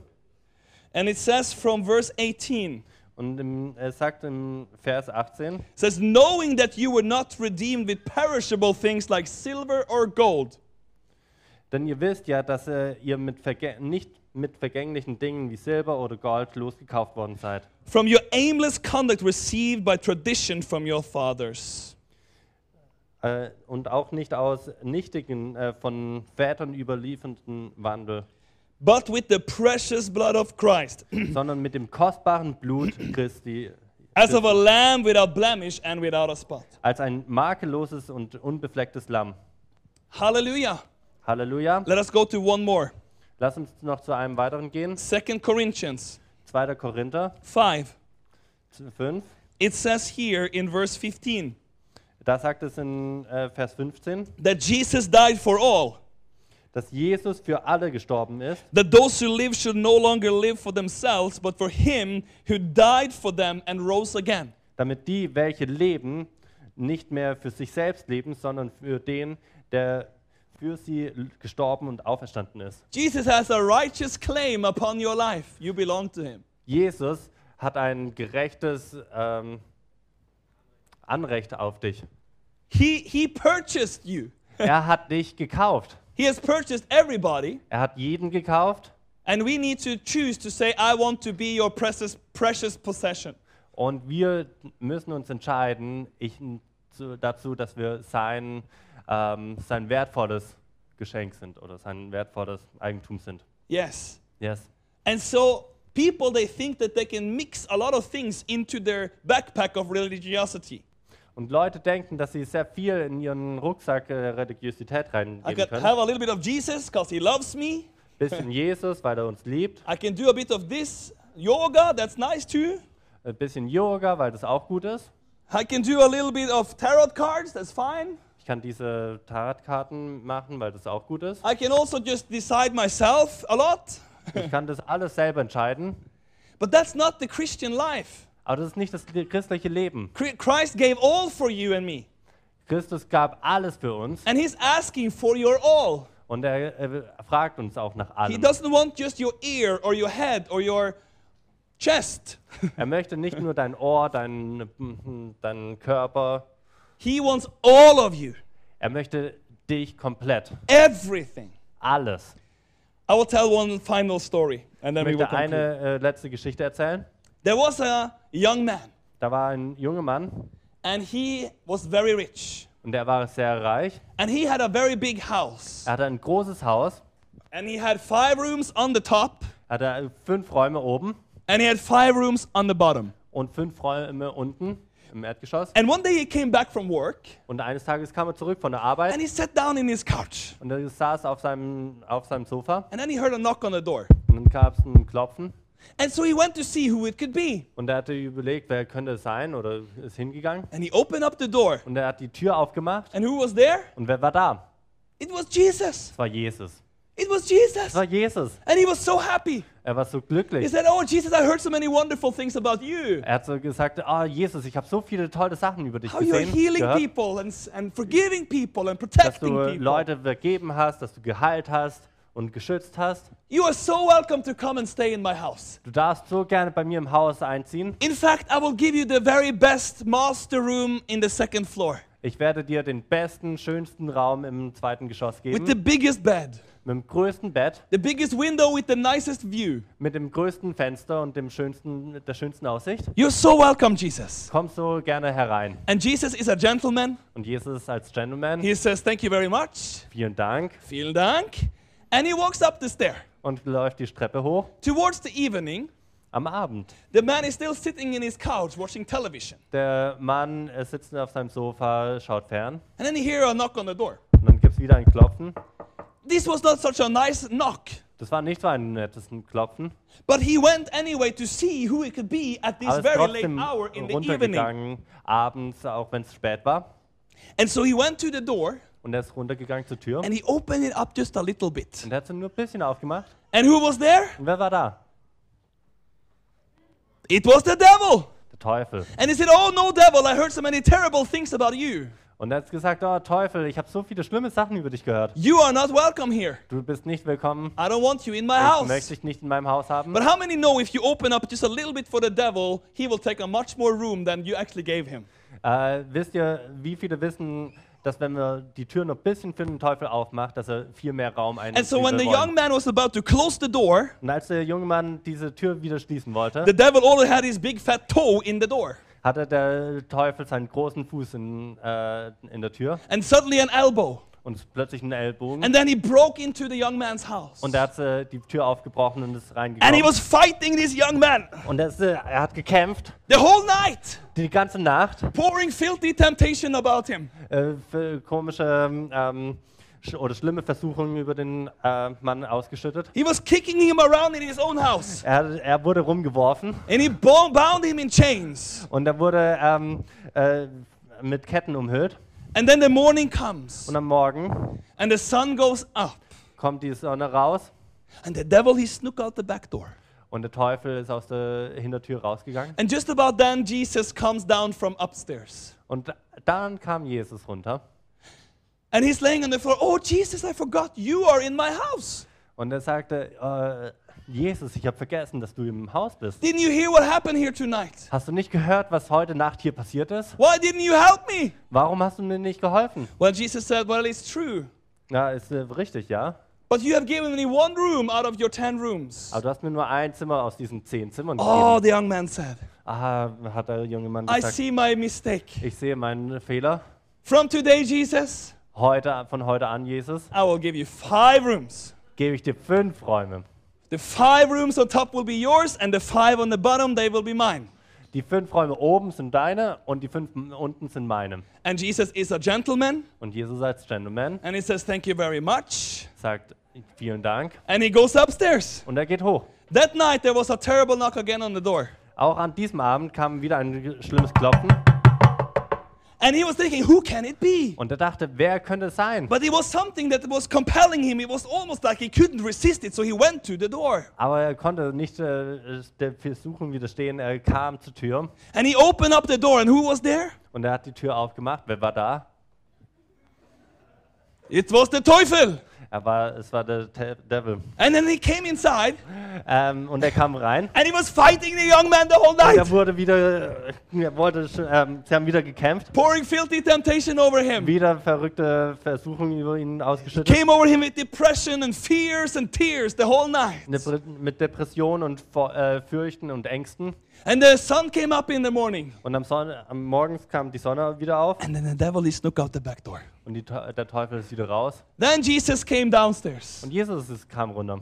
and it says from verse 18
und im, es sagt im Vers 18,
it says knowing that you were not redeemed with perishable things like silver or gold
Denn ihr wisst ja, dass äh, ihr mit verge- nicht mit vergänglichen Dingen wie Silber oder Gold losgekauft worden seid.
from your aimless conduct received by tradition from your fathers.
Äh, und auch nicht aus nichtigen, äh, von Vätern überliefernden Wandel, <clears throat>
but with the precious blood of Christ, <clears throat>
sondern mit dem kostbaren Blut Christi,
as of a lamb without blemish and without a spot.
als ein makelloses und unbeflecktes Lamm.
Hallelujah.
Halleluja.
Let us go to one more.
Lass uns noch zu einem weiteren gehen.
2 Corinthians
2. Korinther
5.
5.
It says here in verse 15
Da sagt es in äh, Vers 15,
that Jesus died for all,
dass Jesus für alle gestorben ist,
that those who live should no longer live for themselves, but for him who died for them and rose again.
damit die, welche leben, nicht mehr für sich selbst leben, sondern für den, der für sie l- gestorben und auferstanden ist.
Jesus has a righteous claim upon your life. You belong to him.
Jesus hat ein gerechtes ähm, Anrecht auf dich.
He, he purchased you,
Er hat dich gekauft.
he has purchased everybody.
Er hat jeden gekauft
And we need to choose to say, I want to be your precious, precious possession.
Und wir müssen uns entscheiden ich, zu, dazu, dass wir sein, ähm, sein wertvolles Geschenk sind oder sein wertvolles Eigentum sind.
Yes.
Yes.
And so people they think that they can mix a lot of things into their backpack of religiosity.
Und Leute denken, dass sie sehr viel in ihren Rucksack äh, Religiosität
I
reingeben
can
können.
have a little bit of Jesus because he loves me. <laughs>
Bisschen Jesus, weil er uns liebt.
I can do a bit of this yoga, that's nice too.
Ein bisschen Yoga, weil das auch gut ist.
I can do a little bit of tarot cards, that's fine.
Ich kann diese Tarotkarten machen, weil das auch gut ist.
I can also just decide myself a lot.
Ich kann das alles selber entscheiden.
But that's not the Christian life.
Aber das ist nicht das christliche Leben.
Chr- Christ gave all for you and me,
Christus gab alles für uns
and he's asking for your all.
und er äh, fragt uns auch nach
He
allem.
doesn't want just your ear or your head or your chest. <laughs>
Er möchte nicht nur dein Ohr, deinen dein Körper,
He wants all of you,
er möchte dich komplett.
everything.
Alles.
I will tell one final story, and then
Ich
we will
möchte
conclude.
eine äh, letzte Geschichte erzählen.
There was a young man,
Da war ein junger Mann
and he was very rich,
und der war sehr reich.
and he had a very big house,
Er hatte ein großes Haus,
and he had five rooms on the top,
hatte fünf Räume oben
and he had five rooms on the bottom.
und fünf Räume unten im Erdgeschoss.
And one day he came back from work,
Und eines Tages kam er zurück von der
and
Arbeit
he sat down in his couch,
und er saß auf seinem, auf seinem Sofa
and then he heard a knock on the door.
und dann gab es ein Klopfen.
And so he went to see who it could be.
Und er hatte überlegt, wer könnte es sein oder ist hingegangen.
And he opened up the door.
Und er hat die Tür aufgemacht.
And who was there?
Und wer war da?
It was Jesus.
Es war Jesus.
It was Jesus.
Es war Jesus.
And he was so happy.
Er war so
He
glücklich.
said, Oh, Jesus, I heard so many wonderful things about you.
Er hat so gesagt, ah Jesus, ich habe so viele tolle Sachen über dich
How you're
gesehen,
healing
gehört,
people and, and forgiving people and
dass du
protecting people.
Leute vergeben hast, dass du geheilt hast und geschützt hast.
You are so welcome to come and stay in my house.
Du darfst so gerne bei mir im Haus einziehen.
In fact, I will give you the very best master room in the second floor
Ich werde dir den besten, schönsten Raum im zweiten Geschoss geben,
with the
mit
biggest bed,
dem größten Bett,
the biggest window with the nicest view.
mit dem größten Fenster und dem schönsten, mit der schönsten Aussicht.
You're so welcome, Jesus.
Komm so gerne herein.
And Jesus is a gentleman.
Und Jesus als Gentleman,
He says, Thank you very much.
vielen Dank,
Vielen Dank. And he walks up the stair.
und läuft die Treppe hoch.
Towards the evening,
Am Abend.
the man is still sitting in his couch watching television.
Der Mann äh, sitzt auf seinem Sofa, schaut fern.
And then he hears a knock on the door.
Und dann gibt es wieder ein Klopfen.
This was not such a nice knock,
Das war nicht so ein nettes Klopfen,
but he went anyway to see who it could be at this
aber es ist
very late
trotzdem
hour in the evening.
runtergegangen, abends, auch wenn es spät war.
And so he went to the door
Und er ist runtergegangen zur Tür.
and
Und
he opened it up just a little bit.
er hat sie nur ein bisschen aufgemacht.
And who was there?
Und wer war da?
It was the devil.
Der Teufel.
And he said, Oh, no, devil, I heard so many terrible things about you.
Und er hat gesagt, oh Teufel, ich habe so viele schlimme Sachen über dich gehört.
You are not welcome here.
Du bist nicht willkommen.
I don't want you in my
Ich
house.
möchte dich nicht in meinem Haus haben.
But how many know if you open up just a little bit for the devil, he will take a much more room than you actually gave him?
Äh, wisst ihr, wie viele wissen, dass wenn man die Tür noch ein bisschen für den Teufel aufmacht, dass er viel mehr Raum
And
einnimmt?
so when the young man was about to close the door,
Und als der junge Mann diese Tür wieder schließen wollte,
the devil already had his big fat toe in the door.
hatte der Teufel seinen großen Fuß in, äh, in der Tür
And suddenly an elbow.
und plötzlich einen Ellbogen.
And then he broke into the young man's house.
und er hat äh, die Tür aufgebrochen und ist
And he
reingekommen.
was fighting this young man
Und er, ist, äh, er hat gekämpft
the whole night,
die ganze Nacht.
pouring filthy temptation about him.
Äh, für komische ähm, sch oder schlimme Versuchungen über den äh, Mann ausgeschüttet.
He was kicking him around in his own house.
Er, er wurde rumgeworfen
And he bo- bound him in chains.
und er wurde ähm, äh, mit Ketten umhüllt.
And then the morning comes,
Und am Morgen
and the sun goes up.
kommt die Sonne raus
And the devil, he snook out the back door.
und der Teufel ist aus der Hintertür rausgegangen.
And just about then, Jesus comes down from upstairs.
Und dann kam Jesus runter
And he's laying on the floor. Oh, Jesus, I forgot you are in my house.
und er sagte, äh, Jesus, ich habe vergessen, dass du im Haus bist.
Didn't you hear what happened here tonight?
Hast du nicht gehört, was heute Nacht hier passiert ist?
Why didn't you help me?
Warum hast du mir nicht geholfen?
Well, Jesus said, Well, it's true.
Ja, ist äh, richtig, ja.
But you have given me one room out of your ten rooms.
Aber du hast mir nur ein Zimmer aus diesen zehn Zimmern
Oh,
gegeben.
the young man said.
Ah, hat der junge Mann
I
gesagt,
see my mistake.
ich sehe meinen Fehler.
From today, Jesus,
Heute, von heute an, Jesus,
I will give you five rooms.
gebe ich dir fünf Räume.
The five rooms on top will be yours, and the five on the bottom, they will be mine.
Die fünf Räume oben sind deine und die fünf m- unten sind meine.
And Jesus is a gentleman,
Und Jesus als Gentleman
and he says, Thank you very much.
sagt, vielen Dank.
And he goes upstairs.
Und er geht hoch.
That night, there was a terrible knock again on the door.
Auch an diesem Abend kam wieder ein schlimmes Klopfen.
And he was thinking, Who can it be?
Und er dachte, wer könnte es sein?
But it was something that was compelling him. It was almost like he couldn't resist it, so he went to the door.
Aber er konnte nicht äh, der Versuchung widerstehen. Er kam zur Tür
And he opened up the door, and who was there?
und er hat die Tür aufgemacht. Wer war da?
It was the Teufel.
Er war, es war der Te Devil.
And then he came inside,
Ähm, und er kam rein.
and he was fighting the young man the whole
Und er
night,
wurde wieder, äh, er wollte, schon- ähm, sie haben wieder gekämpft,
pouring filthy temptation over him.
wieder verrückte Versuchungen über ihn ausgeschüttet.
Came over him with depression and fears and tears the whole night.
Eine Br- mit Depressionen und Vor- äh, Fürchten und Ängsten.
And the sun came up in the morning,
Und am, Sonn am Morgens kam die Sonne wieder auf
and then the devil he snuck out the back door.
und die, Teu- der Teufel ist wieder raus.
Then Jesus came downstairs,
Und Jesus ist, kam runter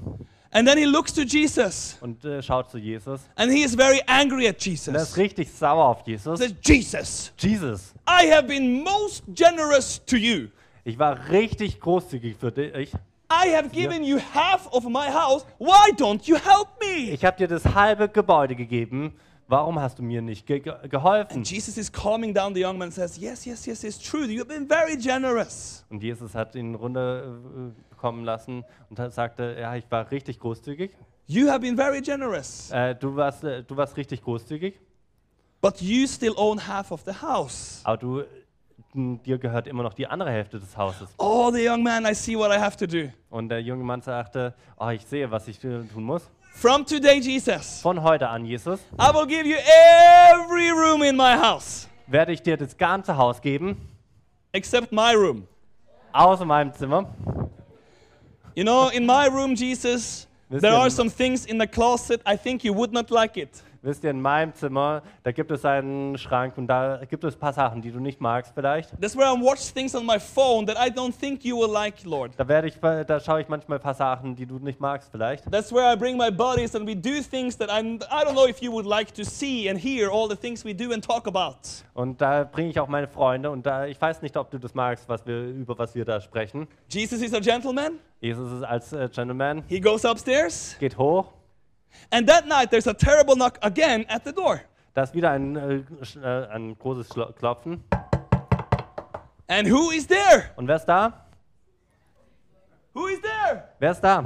and then he looks to Jesus,
und äh, schaut zu Jesus.
and he is very angry at
Und er ist
Jesus.
richtig sauer auf Jesus.
Says, Jesus,
Jesus,
I have been most generous to you.
ich war richtig großzügig für dich.
I have given you half of my house. Why don't you help me?
Ich habe dir das halbe Gebäude gegeben. Warum hast du mir nicht ge ge- geholfen?
And Jesus is calming down the young man and says, Yes, yes, yes, it's true. You've been very generous.
Und Jesus hat ihn runterkommen lassen und hat- sagte, ja, ich war richtig großzügig.
You have been very generous,
Äh, du, warst, äh, du warst richtig großzügig,
but you still own half of the house.
aber du, m, dir gehört immer noch die andere Hälfte des Hauses.
Oh, the young man, I see what I have to do.
Und der junge Mann sagte, oh, ich sehe, was ich äh, tun muss.
From today, Jesus,
Von heute an, Jesus,
I will give you every room in my house
werde ich dir das ganze Haus geben,
except my room.
außer meinem Zimmer.
You know, in my room, Jesus,
This
there are
one-
some things in the closet I think you would not like it.
Wisst ihr, in meinem Zimmer, da gibt es einen Schrank und da gibt es ein paar Sachen, die du nicht magst vielleicht.
That's where I watch things on my phone that I don't think you will like, Lord.
Da, werde ich, da schaue ich manchmal ein paar Sachen, die du nicht magst vielleicht.
That's where I bring my buddies and we do things that I'm, I don't know if you would like to see and hear all the things we do and talk about.
Und da bringe ich auch meine Freunde und da, ich weiß nicht, ob du das magst, was wir, über was wir da sprechen.
Jesus is a gentleman.
Jesus ist als äh, Gentleman,
He goes upstairs.
geht hoch,
And that night, there's a terrible knock again at the door.
da ist wieder ein, äh, sch- äh, ein großes Schlo- Klopfen.
And who is there?
Und wer ist da?
Who is there?
Wer ist da?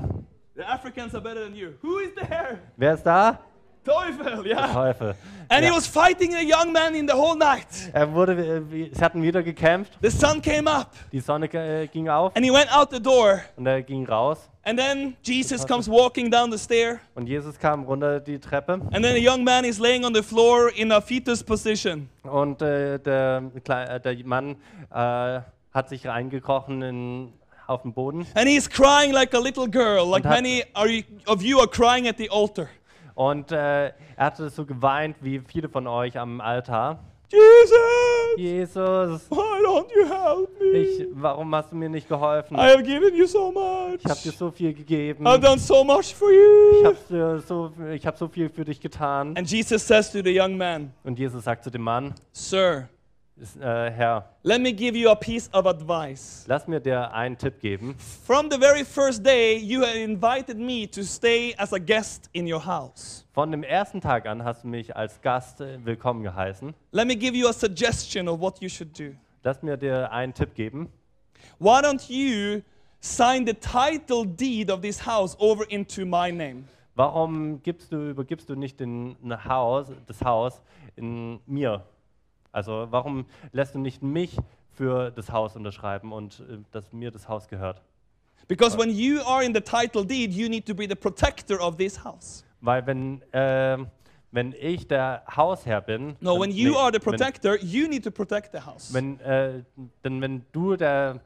The Africans are better than you. Who is there? <laughs>
Wer ist da?
Teufel, yeah.
Teufel.
And he
Ja.
was fighting a young man in the whole night.
Er wurde, äh, wie- sie hatten wieder gekämpft,
The sun came up
die Sonne äh, ging auf
and he went out the door.
und er ging raus.
And then Jesus comes walking down the stair.
Und Jesus kam runter die Treppe
And then a young man is laying on the floor in a fetus position.
und äh, der, Kle- äh, der Mann äh, hat sich reingekrochen in, auf den Boden.
And he's crying like a little girl, like
Und hat-
many are you, of you are crying at the altar.
Und äh, er hatte so geweint wie viele von euch am Altar.
Jesus,
Jesus,
why don't you help me?
ich, warum hast du mir nicht geholfen?
I have given you so much.
Ich habe dir so viel gegeben.
I've done so much for
Ich
you.
habe dir so, ich hab so viel für dich getan.
And Jesus says to the young man,
Und Jesus sagt zu dem Mann,
Sir,
"Ist, äh, Herr,
let me give you a piece of advice.
lass mir dir einen Tipp geben.
From the very first day, you had invited me to stay as a guest in your house.
Von dem ersten Tag an hast du mich als Gast äh, willkommen geheißen.
Let me give you a suggestion of what you should do.
Lass mir dir einen Tipp geben.
Why don't you sign the title deed of this house over into my name?
Warum gibst du, übergibst du nicht den, ne Haus, das Haus in mir? Also warum lässt du nicht mich für das Haus unterschreiben und äh, dass mir das Haus gehört?
Because when you are in the title deed, you need to be the protector of this house.
Weil wenn, ähm, wenn ich der Hausherr bin,
No,
dann-
when you
nee,
are the protector, you need to protect the house.
wenn, wenn, äh, dann wenn du der,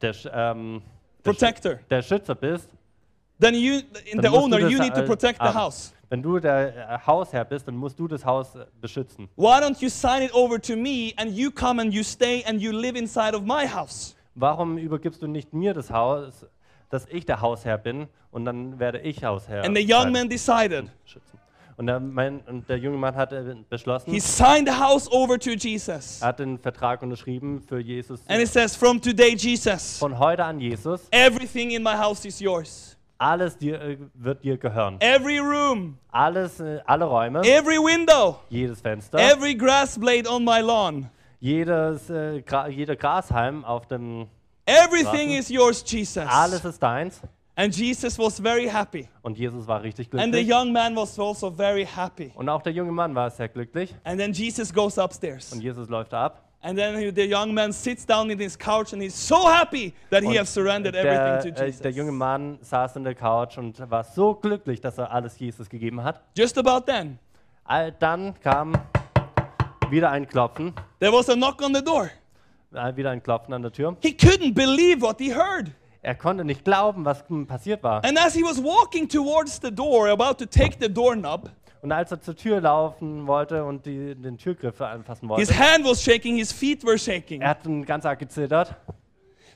der, Sch- ähm, der, Sch-
Protector.
der Schützer bist,
Then you, in
dann
the
musst du
owner,
das
you need to
äh,
protect the uh,
haben.
house.
Wenn du der äh, Hausherr bist, dann musst du das Haus äh, beschützen.
Why don't you sign it over to me and you come and you stay and you live inside of my house?
Warum übergibst du nicht mir das Haus, dass ich der Hausherr bin und dann werde ich Hausherr?
And the young
sein,
man decided.
schützen. Und der, mein, und der junge Mann hat äh, beschlossen,
He signed the house over to Jesus.
er hat den Vertrag unterschrieben für Jesus.
And it says, From today, Jesus,
Von heute an Jesus,
everything in my house is yours.
alles dir, äh, wird dir gehören.
Every room,
Alles, äh, alle Räume,
every window,
jedes Fenster,
every grass blade on my lawn.
jedes, äh, Gra jeder Grashalm auf dem...
Everything is yours,
Alles
Jesus.
ist deins.
And Jesus was very happy.
Und Jesus war richtig
And the
glücklich.
young man was also very happy.
Und auch der junge Mann war sehr glücklich.
And then Jesus goes upstairs.
Und Jesus läuft ab.
And then the young man sits down in his couch and he's so happy that he
Und
has surrendered
der,
everything to
äh,
Jesus.
der junge Mann saß in der Couch und war so glücklich, dass er alles Jesus gegeben hat.
Just about then,
All- Dann kam wieder ein Klopfen,
there was a knock on the door.
äh, wieder ein Klopfen an der Tür.
He couldn't believe what he heard.
Er konnte nicht glauben, was hm, passiert war.
And as he was walking towards the door, about to take the doorknob,
Und als er zur Tür laufen wollte und die, den Türgriff anfassen
his
wollte,
hand was shaking, his feet were shaking.
er hat ihn ganz arg gezittert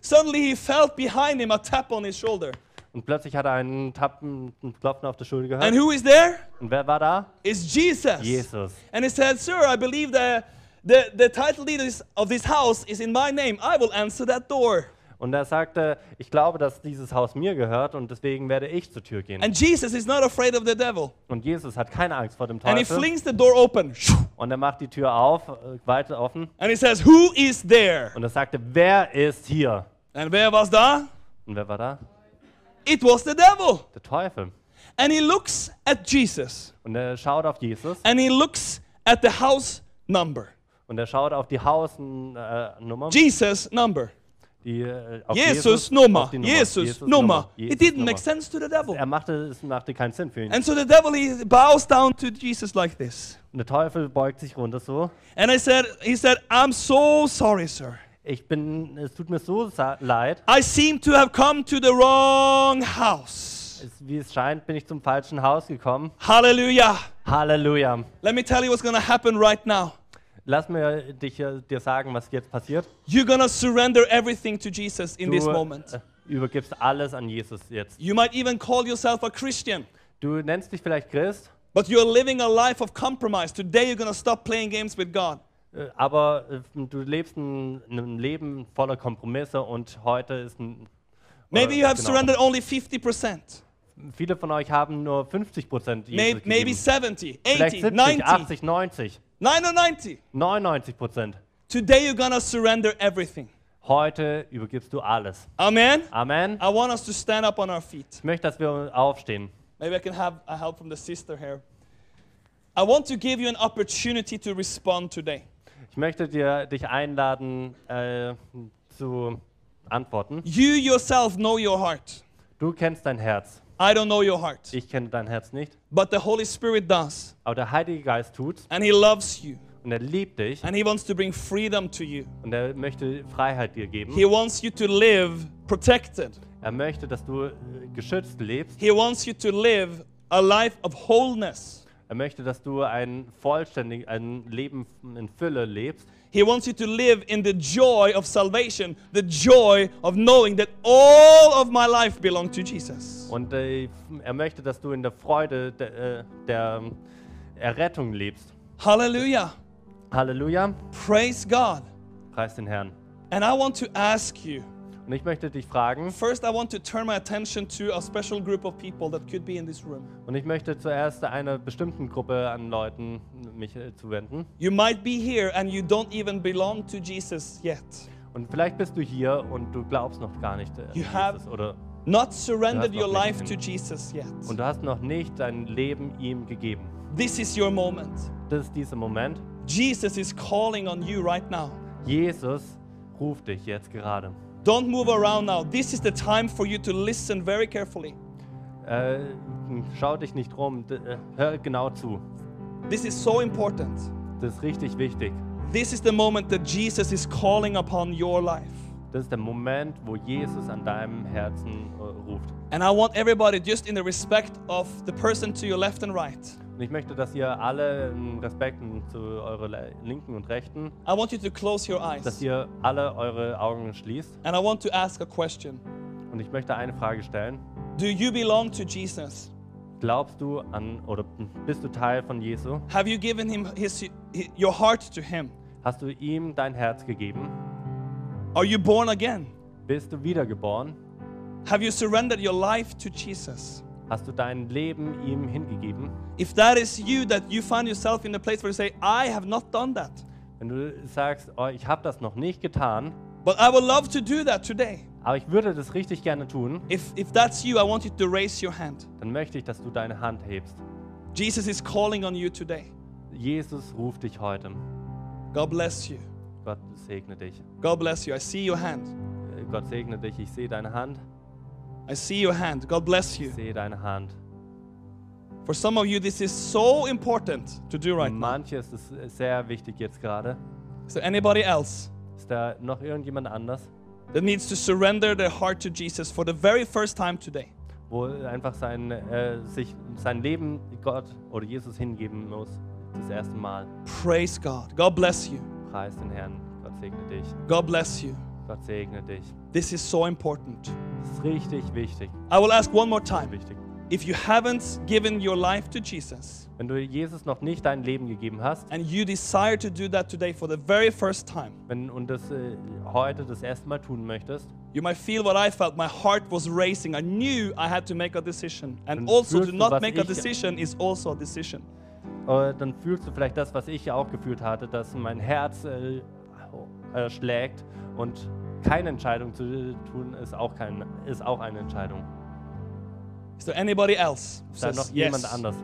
Suddenly he felt behind him a tap on his shoulder.
und plötzlich hat er einen Tappen, einen Klopfen auf der Schulter
And
gehört.
who is there?
Und wer war da?
It's Jesus.
Jesus.
And he said, Sir, I believe that the, the title deed is- of this house is in my name. I will answer that door.
Und er sagte, ich glaube, dass dieses Haus mir gehört und deswegen werde ich zur Tür gehen.
And Jesus is not afraid of the devil.
Und Jesus hat keine Angst vor dem
And he
Teufel.
flings the door open.
Und er macht die Tür auf, äh, weit offen.
And he says, Who is there?
Und er sagte, wer ist hier?
And where was that?
Und wer war da?
It was the devil.
Der Teufel.
And he looks at Jesus.
Und er schaut auf Jesus
And he looks at the house number.
und er schaut auf die Hausnummer. Äh, Nummer,
Jesus number.
die, äh, auf
Jesus
auf
Nummer.
die
Jesus Nummer. It
Jesus
didn't
Nummer.
make sense Ähm. to the devil.
Er machte, es machte keinen Sinn für ihn.
And so the devil he bows down to Jesus like this.
Und der Teufel beugt sich runter so.
And I said, he said, I'm so sorry, sir.
Ich bin, es tut mir so sa- leid.
I seem to have come to the wrong house.
Es, wie es scheint, bin ich zum falschen Haus gekommen.
Hallelujah.
Halleluja.
Let me tell you what's going to happen right now.
Lass mir dich, äh, dir sagen, was jetzt passiert.
You're going to surrender everything to Jesus in
Du
this moment.
äh, übergibst alles an Jesus jetzt.
You might even call yourself a Christian,
Du nennst dich vielleicht Christ,
but you're living a life of compromise. Today you're going to stop playing games with God.
äh, aber äh, du lebst ein, ein Leben voller Kompromisse und heute ist ein...
Maybe
äh,
you have
genau.
surrendered only 50%,
Viele von euch haben nur 50 Prozent
may,
Jesus
maybe
gegeben.
70,
Vielleicht
80,
70, 80,
90,
90,
9 or 90.
99 Prozent.
Today you're going to surrender everything.
Heute übergibst du alles.
Amen.
Amen.
I want us to stand up on our feet.
Ich möchte, dass wir aufstehen.
Maybe I can have a help from the sister here. I want to give you an opportunity to respond today.
Ich möchte dir, dich einladen, äh, zu antworten.
You yourself know your heart.
Du kennst dein Herz.
I don't know your heart,
Ich kenne dein Herz nicht.
but the Holy Spirit does.
Aber der Heilige Geist tut's
And He loves you.
und er liebt dich
And He wants to bring freedom to you.
und er möchte Freiheit dir geben.
He wants you to live protected.
Er möchte, dass du äh, geschützt lebst.
He wants you to live a life of wholeness.
Er möchte, dass du ein vollständig, ein Leben in Fülle lebst.
He wants you to live in the joy of salvation, the joy of knowing that all of my life belongs to Jesus.
Und äh, er möchte, dass du in der Freude der, äh, der äh, Errettung lebst.
Hallelujah.
Halleluja.
Praise God.
Preis den Herrn.
And I want to ask you
Und ich möchte dich fragen,
first, I want to turn my attention to a special group of people that could be in this room.
und ich möchte zuerst einer bestimmten Gruppe an Leuten mich äh, zuwenden.
You might be here and you don't even belong to Jesus yet.
Und vielleicht bist du hier und du glaubst noch gar nicht äh, an
You have-
Jesus oder
Not surrendered
Ja,
your
doch nicht.
life to Jesus yet.
und du hast noch nicht dein Leben ihm gegeben.
This is your moment.
Das ist dieser Moment.
Jesus is calling on you right now.
Jesus ruft dich jetzt gerade.
Don't move around now. This is the time for you to listen very carefully.
Äh, schau dich nicht rum, d- äh, hör genau zu.
This is so important.
Das ist richtig wichtig.
This is the moment that Jesus is calling upon your life.
Das ist der Moment, wo Jesus an deinem Herzen äh, ruft.
And I want everybody, just in the respect of the person to your left and right,
Und ich möchte, dass ihr alle in Respekt zu eurer Le- Linken und Rechten,
I want you to close your
dass
eyes.
ihr alle eure Augen schließt.
And I want to ask a question
Und ich möchte eine Frage stellen.
Do you belong to Jesus?
Glaubst du an oder bist du Teil von Jesu?
Have you given him his, hi- your heart to him?
Hast du ihm dein Herz gegeben?
Are you born again?
Bist du wiedergeboren?
Have you surrendered your life to Jesus?
Hast du dein Leben ihm hingegeben?
If that is you, that you find yourself in a place where you say, I have not done that,
Wenn du sagst, oh, ich habe das noch nicht getan,
but I would love to do that today.
aber ich würde das richtig gerne tun,
If, if that's you, I want you to raise your hand.
dann möchte ich, dass du deine Hand hebst.
Jesus is calling on you today.
Jesus ruft dich heute.
God bless you.
Gott segne dich.
God bless you. I see your hand.
Äh, Gott segne dich. Ich sehe deine Hand.
I see your hand. God bless you.
Ich sehe deine Hand.
For some of you, this is so important to do right now.
Manche ist es äh, sehr wichtig jetzt gerade.
Is there anybody else
Ist da noch irgendjemand anders,
that needs to surrender their heart to Jesus for the very first time today?
wo einfach sein, äh, sich, sein Leben Gott oder Jesus hingeben muss? Das erste Mal.
Praise God. God bless you.
Preis den Herrn. Gott segne dich.
God bless you.
Gott segne dich.
This is so important.
Das ist richtig wichtig.
I will ask one more time.
Wichtig.
If you haven't given your life to Jesus
Wenn du Jesus noch nicht dein Leben gegeben hast
and you desire to do that today for the very first time,
wenn, und das äh, heute das erste Mal tun möchtest,
you might feel what I felt. My heart was racing. I knew I had to make a decision. And
Dann
also
fühlst
to
du,
not
was
make a
ich-
decision is also a decision.
äh, dann fühlst du vielleicht das, was ich auch gefühlt hatte, dass mein Herz äh, äh, schlägt und keine Entscheidung zu äh, tun ist auch, kein, ist auch eine Entscheidung.
Is there anybody else? who
Ist da
says
noch
yes?
jemand anders?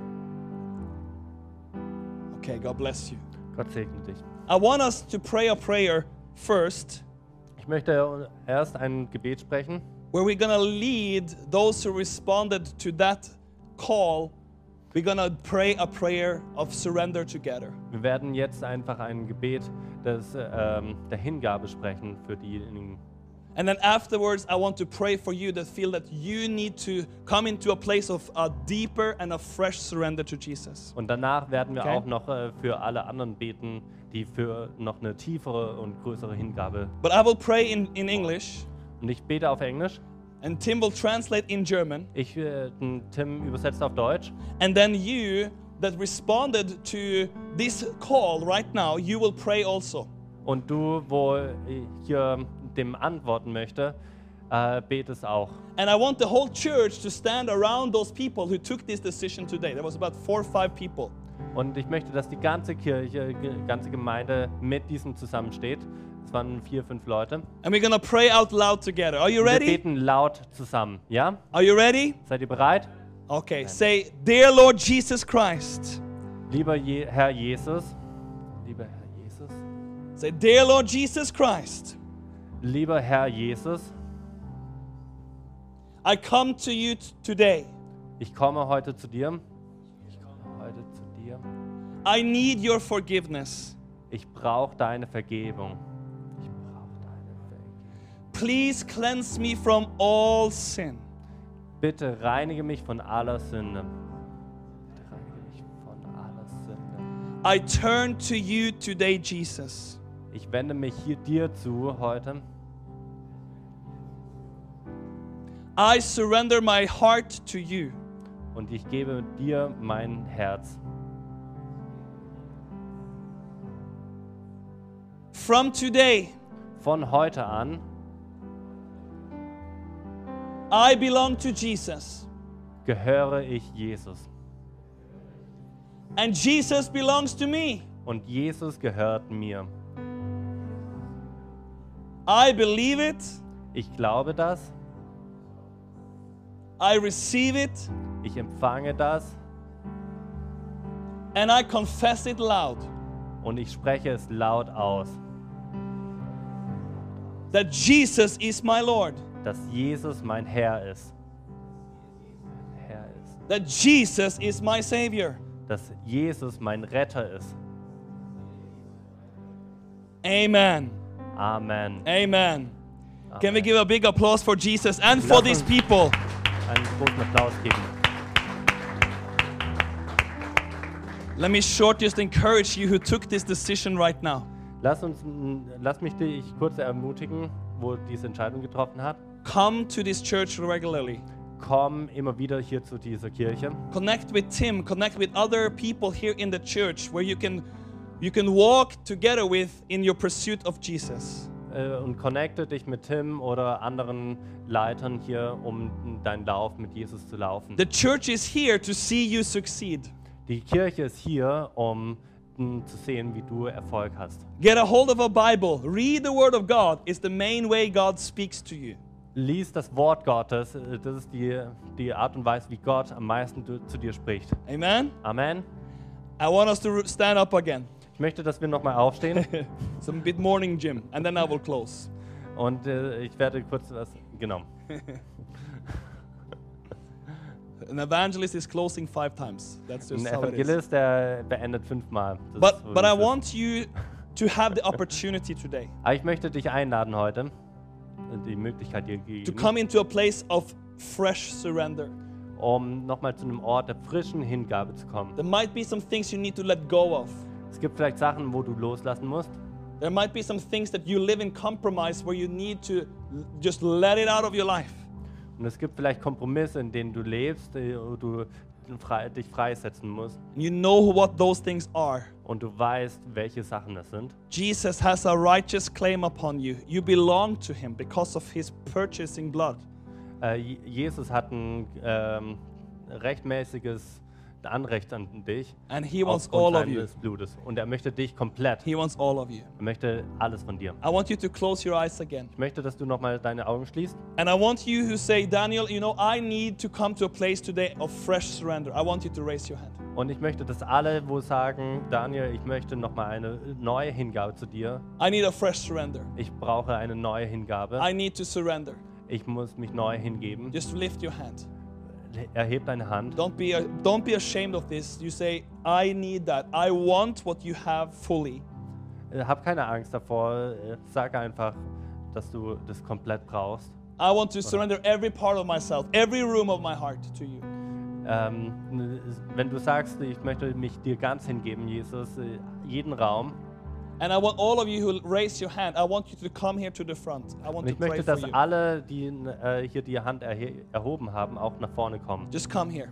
Okay, God bless you.
Gott segne dich.
I want us to pray a prayer first
Ich möchte äh, erst ein Gebet sprechen,
where we're going to lead those who responded to that call. We're going to pray a prayer of surrender together.
Wir werden jetzt einfach ein Gebet des, ähm, der Hingabe sprechen für diejenigen.
And then afterwards, I want to pray for you that feel that you need to come into a place of a deeper and a fresh surrender to Jesus.
Und danach werden wir
Okay.
auch noch äh, für alle anderen beten, die für noch eine tiefere und größere Hingabe.
But I will pray in, in English,
Und ich bete auf Englisch.
and Tim will translate in German.
Ich, äh, den Tim übersetzt auf Deutsch.
And then you that responded to this call right now, you will pray also.
Und du, wo ich hier dem antworten möchte, äh, betest auch.
And I want the whole church to stand around those people who took this decision today. There was about four or five people.
Und ich möchte, dass die ganze Kirche, die ganze Gemeinde mit diesem zusammensteht. Es waren vier, fünf Leute.
And we're gonna pray out loud together. Are you
Wir
ready?
beten laut zusammen. Ja?
Are you ready?
Seid ihr bereit?
Okay, say, Dear Lord Jesus Christ.
Lieber Je Herr Jesus, lieber Herr Jesus,
Say, Dear Lord Jesus Christ,
lieber Herr Jesus,
I come to you t- today.
ich komme heute zu dir. Ich komme heute zu dir.
I need your forgiveness.
Ich brauche deine Vergebung. Ich brauche deine Vergebung.
Please cleanse me from all sin.
Bitte reinige mich von aller Sünde. Bitte reinige mich von aller Sünde.
I turn to you today, Jesus.
Ich wende mich hier dir zu heute.
I surrender my heart to you.
und ich gebe dir mein Herz.
From today,
Von heute an
I belong to Jesus,
gehöre ich Jesus
and Jesus belongs to me.
und Jesus gehört mir.
I believe it,
Ich glaube das,
I receive it,
ich empfange das
and I confess it loud
und ich spreche es laut aus,
that Jesus is my Lord,
dass Jesus mein Herr ist. Herr ist.
that Jesus is my Savior.
Dass Jesus mein Retter ist.
Amen.
Amen.
Amen. Can we give a big applause for Jesus and for these people?
Einen großen Applaus geben.
Let me short just encourage you who took this decision right now.
Lass, uns, mm, lass mich dich kurz ermutigen, wo diese Entscheidung getroffen hat.
Come to this church regularly.
Komm immer wieder hier zu dieser Kirche.
Connect with Tim, connect with other people here in the church where you can you can walk together with in your pursuit of Jesus.
äh, und connecte dich mit Tim oder anderen Leitern hier, um deinen Lauf mit Jesus zu laufen.
The church is here to see you succeed.
Die Kirche ist hier, um mh, zu sehen, wie du Erfolg hast.
Get a hold of a Bible, read the word of God is the main way God speaks to you.
Lies das Wort Gottes, äh, das ist die, die Art und Weise, wie Gott am meisten du, zu dir spricht.
Amen.
Amen.
I want us to r- stand up again.
Ich möchte, dass wir nochmal aufstehen
It's a bit morning gym and then I will close.
und äh, ich werde kurz was. Genau.
An evangelist is closing 5 times. That's
Ein
just how it is.
Evangelist, der beendet fünfmal. Das ist so
But but I
dieses-
want you to have the opportunity today
Aber ich möchte dich einladen heute, die Möglichkeit dir gegeben.
to come into a place of fresh surrender.
um nochmal zu einem Ort der frischen Hingabe zu kommen.
There might be some things you need to let go of.
Es gibt vielleicht Sachen, wo du loslassen musst.
There might be some things that you live in compromise where you need to l- just let it out of your life.
Und es gibt vielleicht Kompromisse, in denen du lebst, äh, wo du frei, dich freisetzen musst.
And you know what those things are.
Und du weißt, welche Sachen das sind.
Jesus has a righteous claim upon you. You belong to him because of his purchasing blood.
Äh, Je- Jesus hat ein ähm, rechtmäßiges Anrecht an dich.
And he wants
aufgrund
all of you.
seines Blutes. Und er möchte dich komplett.
He wants all of you.
Er möchte alles von dir.
I want you to close your eyes again.
Ich möchte, dass du nochmal deine Augen schließt.
And I want you who say, Daniel, you know, I need to come to a place today of fresh surrender. I want you to raise your hand.
Und ich möchte, dass alle, wo sagen, Daniel, ich möchte nochmal eine neue Hingabe zu dir,
I need a fresh surrender.
Ich brauche eine neue Hingabe.
I need to surrender.
Ich muss mich neu hingeben.
Just lift your hand.
Erheb deine Hand.
Don't be, don't be ashamed of this. You say, I need that. I want what you have fully.
Äh, Hab keine Angst davor. Äh, Sag einfach, dass du das komplett brauchst.
I want to surrender every part of myself, every room of my heart to you.
Ähm, n- wenn du sagst, ich möchte mich dir ganz hingeben, Jesus, äh, jeden Raum.
And I want all of you who raise your hand, I want you to come here to the front. I
Und
want to
ich
pray
möchte,
for
dass
you.
alle, die äh, hier die Hand erhe erhoben haben, auch nach vorne kommen.
Just come here.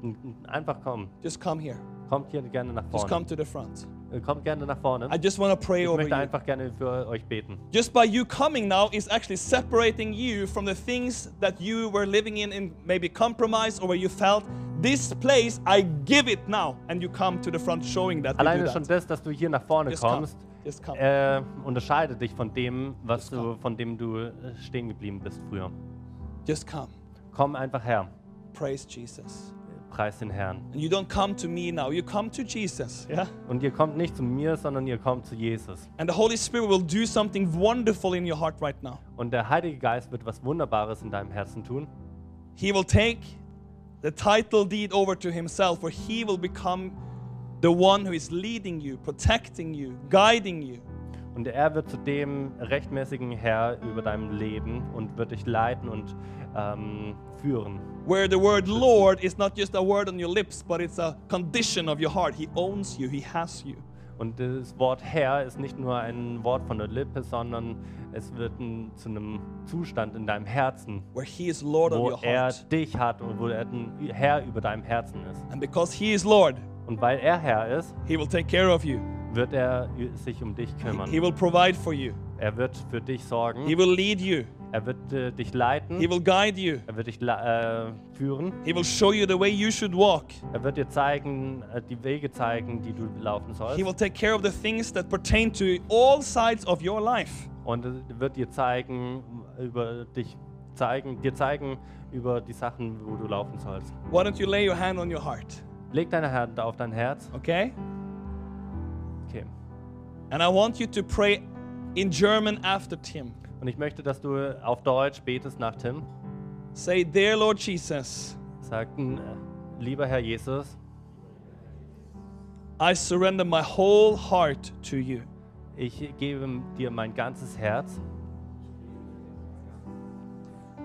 N- n- Einfach kommen.
Just come here.
Kommt hier gerne nach
Just come
vorne.
to the front.
Äh, Kommt gerne nach vorne.
I just want to pray
Ich
over
möchte
you.
einfach gerne für euch beten.
Just by you coming now is actually separating you from the things that you were living in, in maybe compromise or where you felt this place, I give it now. And you come to the front showing that. we do
Alleine
that.
schon das, dass du hier nach vorne
Just come.
kommst,
Just come.
äh, unterscheidet dich von dem, was
Just
du,
come.
von dem du äh, stehen geblieben bist früher.
Just come.
Komm einfach her,
Praise Jesus.
preis den Herrn.
And you don't come to me now, you come to Jesus. Yeah?
Und ihr kommt nicht zu mir, sondern ihr kommt zu Jesus.
And the Holy Spirit will do something wonderful in your heart right now.
Und der Heilige Geist wird was Wunderbares in deinem Herzen tun.
He will take the title deed over to himself, where he will become the one who is leading you, protecting you, guiding you.
Und er wird zu dem rechtmäßigen Herr über deinem Leben und wird dich leiten und ähm, führen.
Where the word Lord is not just a word on your lips, but it's a condition of your heart. He owns you, He has you.
Und das Wort Herr ist nicht nur ein Wort von der Lippe, sondern es wird ein, zu einem Zustand in deinem Herzen,
Where He is Lord of
wo
your
er
heart.
dich hat und wo er ein Herr über deinem Herzen ist.
And because He is Lord,
Und weil er Herr ist,
He will take care of you,
wird er sich um dich kümmern.
He will provide for you,
Er wird für dich
He
sorgen.
will lead you,
Er wird äh, dich
He
leiten.
will guide you.
Er wird dich la- äh, führen.
He will show you the way you should walk.
Er wird dir zeigen, äh, die Wege zeigen, die du laufen sollst.
He will take care of the things that pertain to all sides of your life.
Und äh, wird dir zeigen über dich zeigen, dir zeigen über die Sachen, wo du laufen sollst.
Why don't you lay your hand on your heart?
Leg deine Hand auf dein Herz.
Okay?
Okay.
And I want you to pray in German after Tim.
Und ich möchte, dass du auf Deutsch betest nach Tim.
Say, Dear Lord Jesus,
Sagten, äh, lieber Herr Jesus,
I surrender my whole heart to you.
ich gebe dir mein ganzes Herz.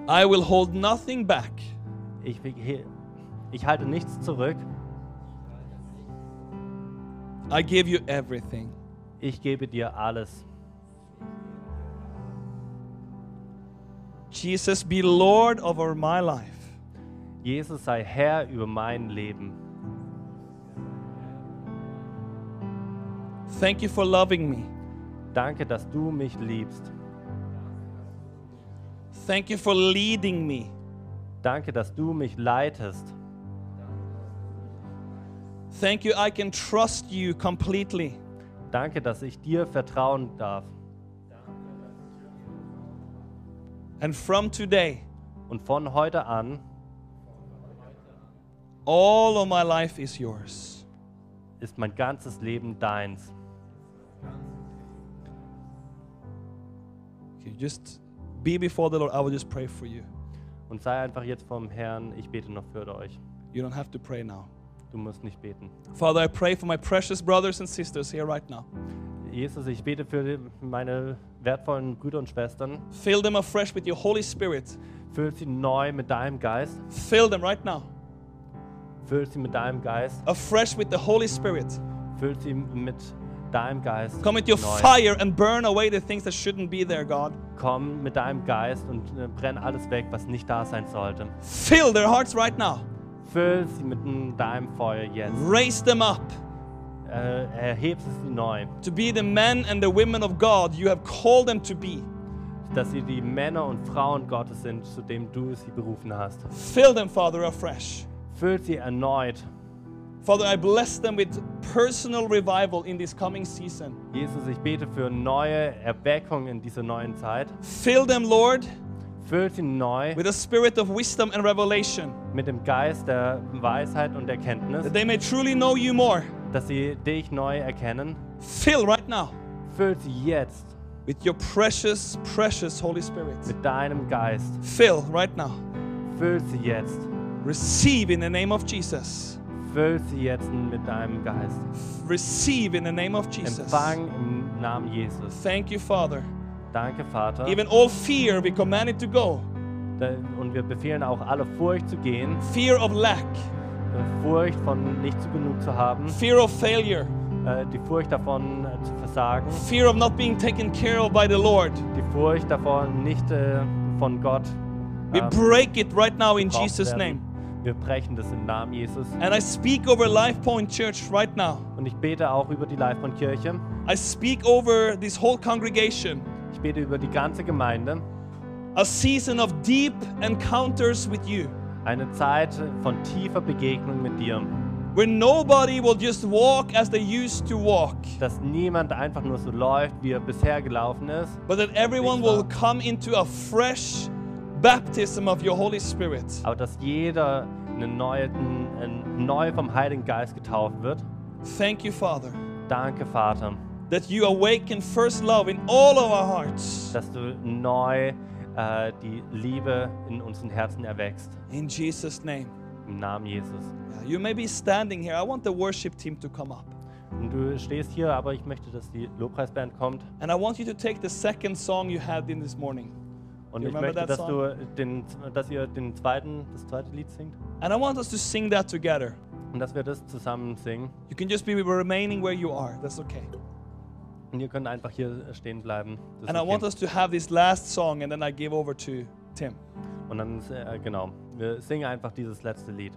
I will hold nothing back.
Ich, he- ich halte nichts zurück.
I give you everything.
Ich gebe dir alles.
Jesus, be Lord over my life.
Jesus sei Herr über mein Leben.
Thank you for loving me.
Danke, dass du mich liebst.
Thank you for leading me.
Danke, dass du mich leitest.
Thank you, I can trust you completely.
Danke, dass ich dir vertrauen darf.
And from today,
Und von heute an
all of my life is yours.
ist mein ganzes Leben deins.
Okay, just be before the Lord. I will just pray for you.
Und sei einfach jetzt vom Herrn, ich bete noch für euch.
You don't have to pray now.
Du musst nicht beten.
Father, I pray for my precious brothers and sisters here right now.
Jesus, ich bete für meine wertvollen Brüder und Schwestern.
Fill them afresh with your Holy Spirit.
Füll sie neu mit deinem Geist.
Fill them right now,
Füll sie mit deinem Geist.
afresh with the Holy Spirit.
Füll sie mit deinem Geist.
Come with your
neu.
fire and burn away the things that shouldn't be there, God.
Komm mit deinem Geist und äh, brenn alles weg, was nicht da sein sollte.
Fill their hearts right now.
Füll sie mit mm, deinem Feuer jetzt.
Raise them up
Äh, erheb sie neu,
to be the men and the women of God you have called them to be.
dass sie die Männer und Frauen Gottes sind, zu dem du sie berufen hast.
Fill them, Father, afresh.
Füll sie erneut.
Father, I bless them with personal revival in this coming season.
Jesus, ich bete für neue Erweckung in dieser neuen Zeit.
Fill them, Lord,
Füll sie neu
with a spirit of wisdom and revelation,
mit dem Geist der Weisheit und Erkenntnis,
that they may truly know you more.
dass sie dich neu erkennen.
Fill right now
Füll sie jetzt
with your precious, precious Holy Spirit.
mit deinem Geist.
Fill right now.
Füll sie jetzt.
Receive in the name of Jesus.
Füll sie jetzt mit deinem Geist.
Receive in the name of Jesus.
Empfang im Namen Jesus.
Thank you, Father.
Danke, Vater.
Even all fear, we command it to go.
Da- Und wir befehlen auch alle Furcht zu gehen,
Fear of lack,
äh, Furcht von nicht zu genug zu haben,
fear of failure,
äh, die Furcht davon äh, zu versagen,
fear of not being taken care of by the Lord.
die Furcht davon nicht äh, von Gott.
We
ähm,
break it right now in
gebraucht
Jesus'
werden.
name.
Wir brechen das im Namen Jesus.
And I speak over Life Point Church right now.
Und ich bete auch über die Life von Kirche.
I speak over this whole congregation.
Ich bete über die ganze Gemeinde.
A season of deep encounters with you,
Eine Zeit von tiefer Begegnung mit dir.
where nobody will just walk as they used to walk.
Dass niemand einfach nur so läuft, wie er bisher gelaufen ist,
but that everyone
Nicht
will
wahr?
come into a fresh baptism of your Holy Spirit.
aber dass jeder eine neue, ein- neu vom Heiligen Geist getauft wird.
Thank you, Father,
Danke, Vater,
that you awaken first love in all of our hearts.
dass du neu äh, die Liebe in unseren Herzen erwächst.
In Jesus' name.
Im Namen Jesus.
Yeah, you may be standing here. I want the worship team to come up.
Und du stehst hier, aber ich möchte, dass die Lobpreisband kommt.
And I want you to take the second song you had in this morning.
Und
You
ich
remember
möchte,
that
dass, du den, dass ihr den zweiten, das zweite Lied singt
And I want us to sing that together.
und dass wir das zusammen singen.
You can just be remaining where you are. That's okay.
Und ihr könnt einfach hier stehen bleiben. Das
And
ist
I want us to have this last song, and then I give over to Tim.
Und dann, äh, genau, wir singen einfach dieses letzte Lied.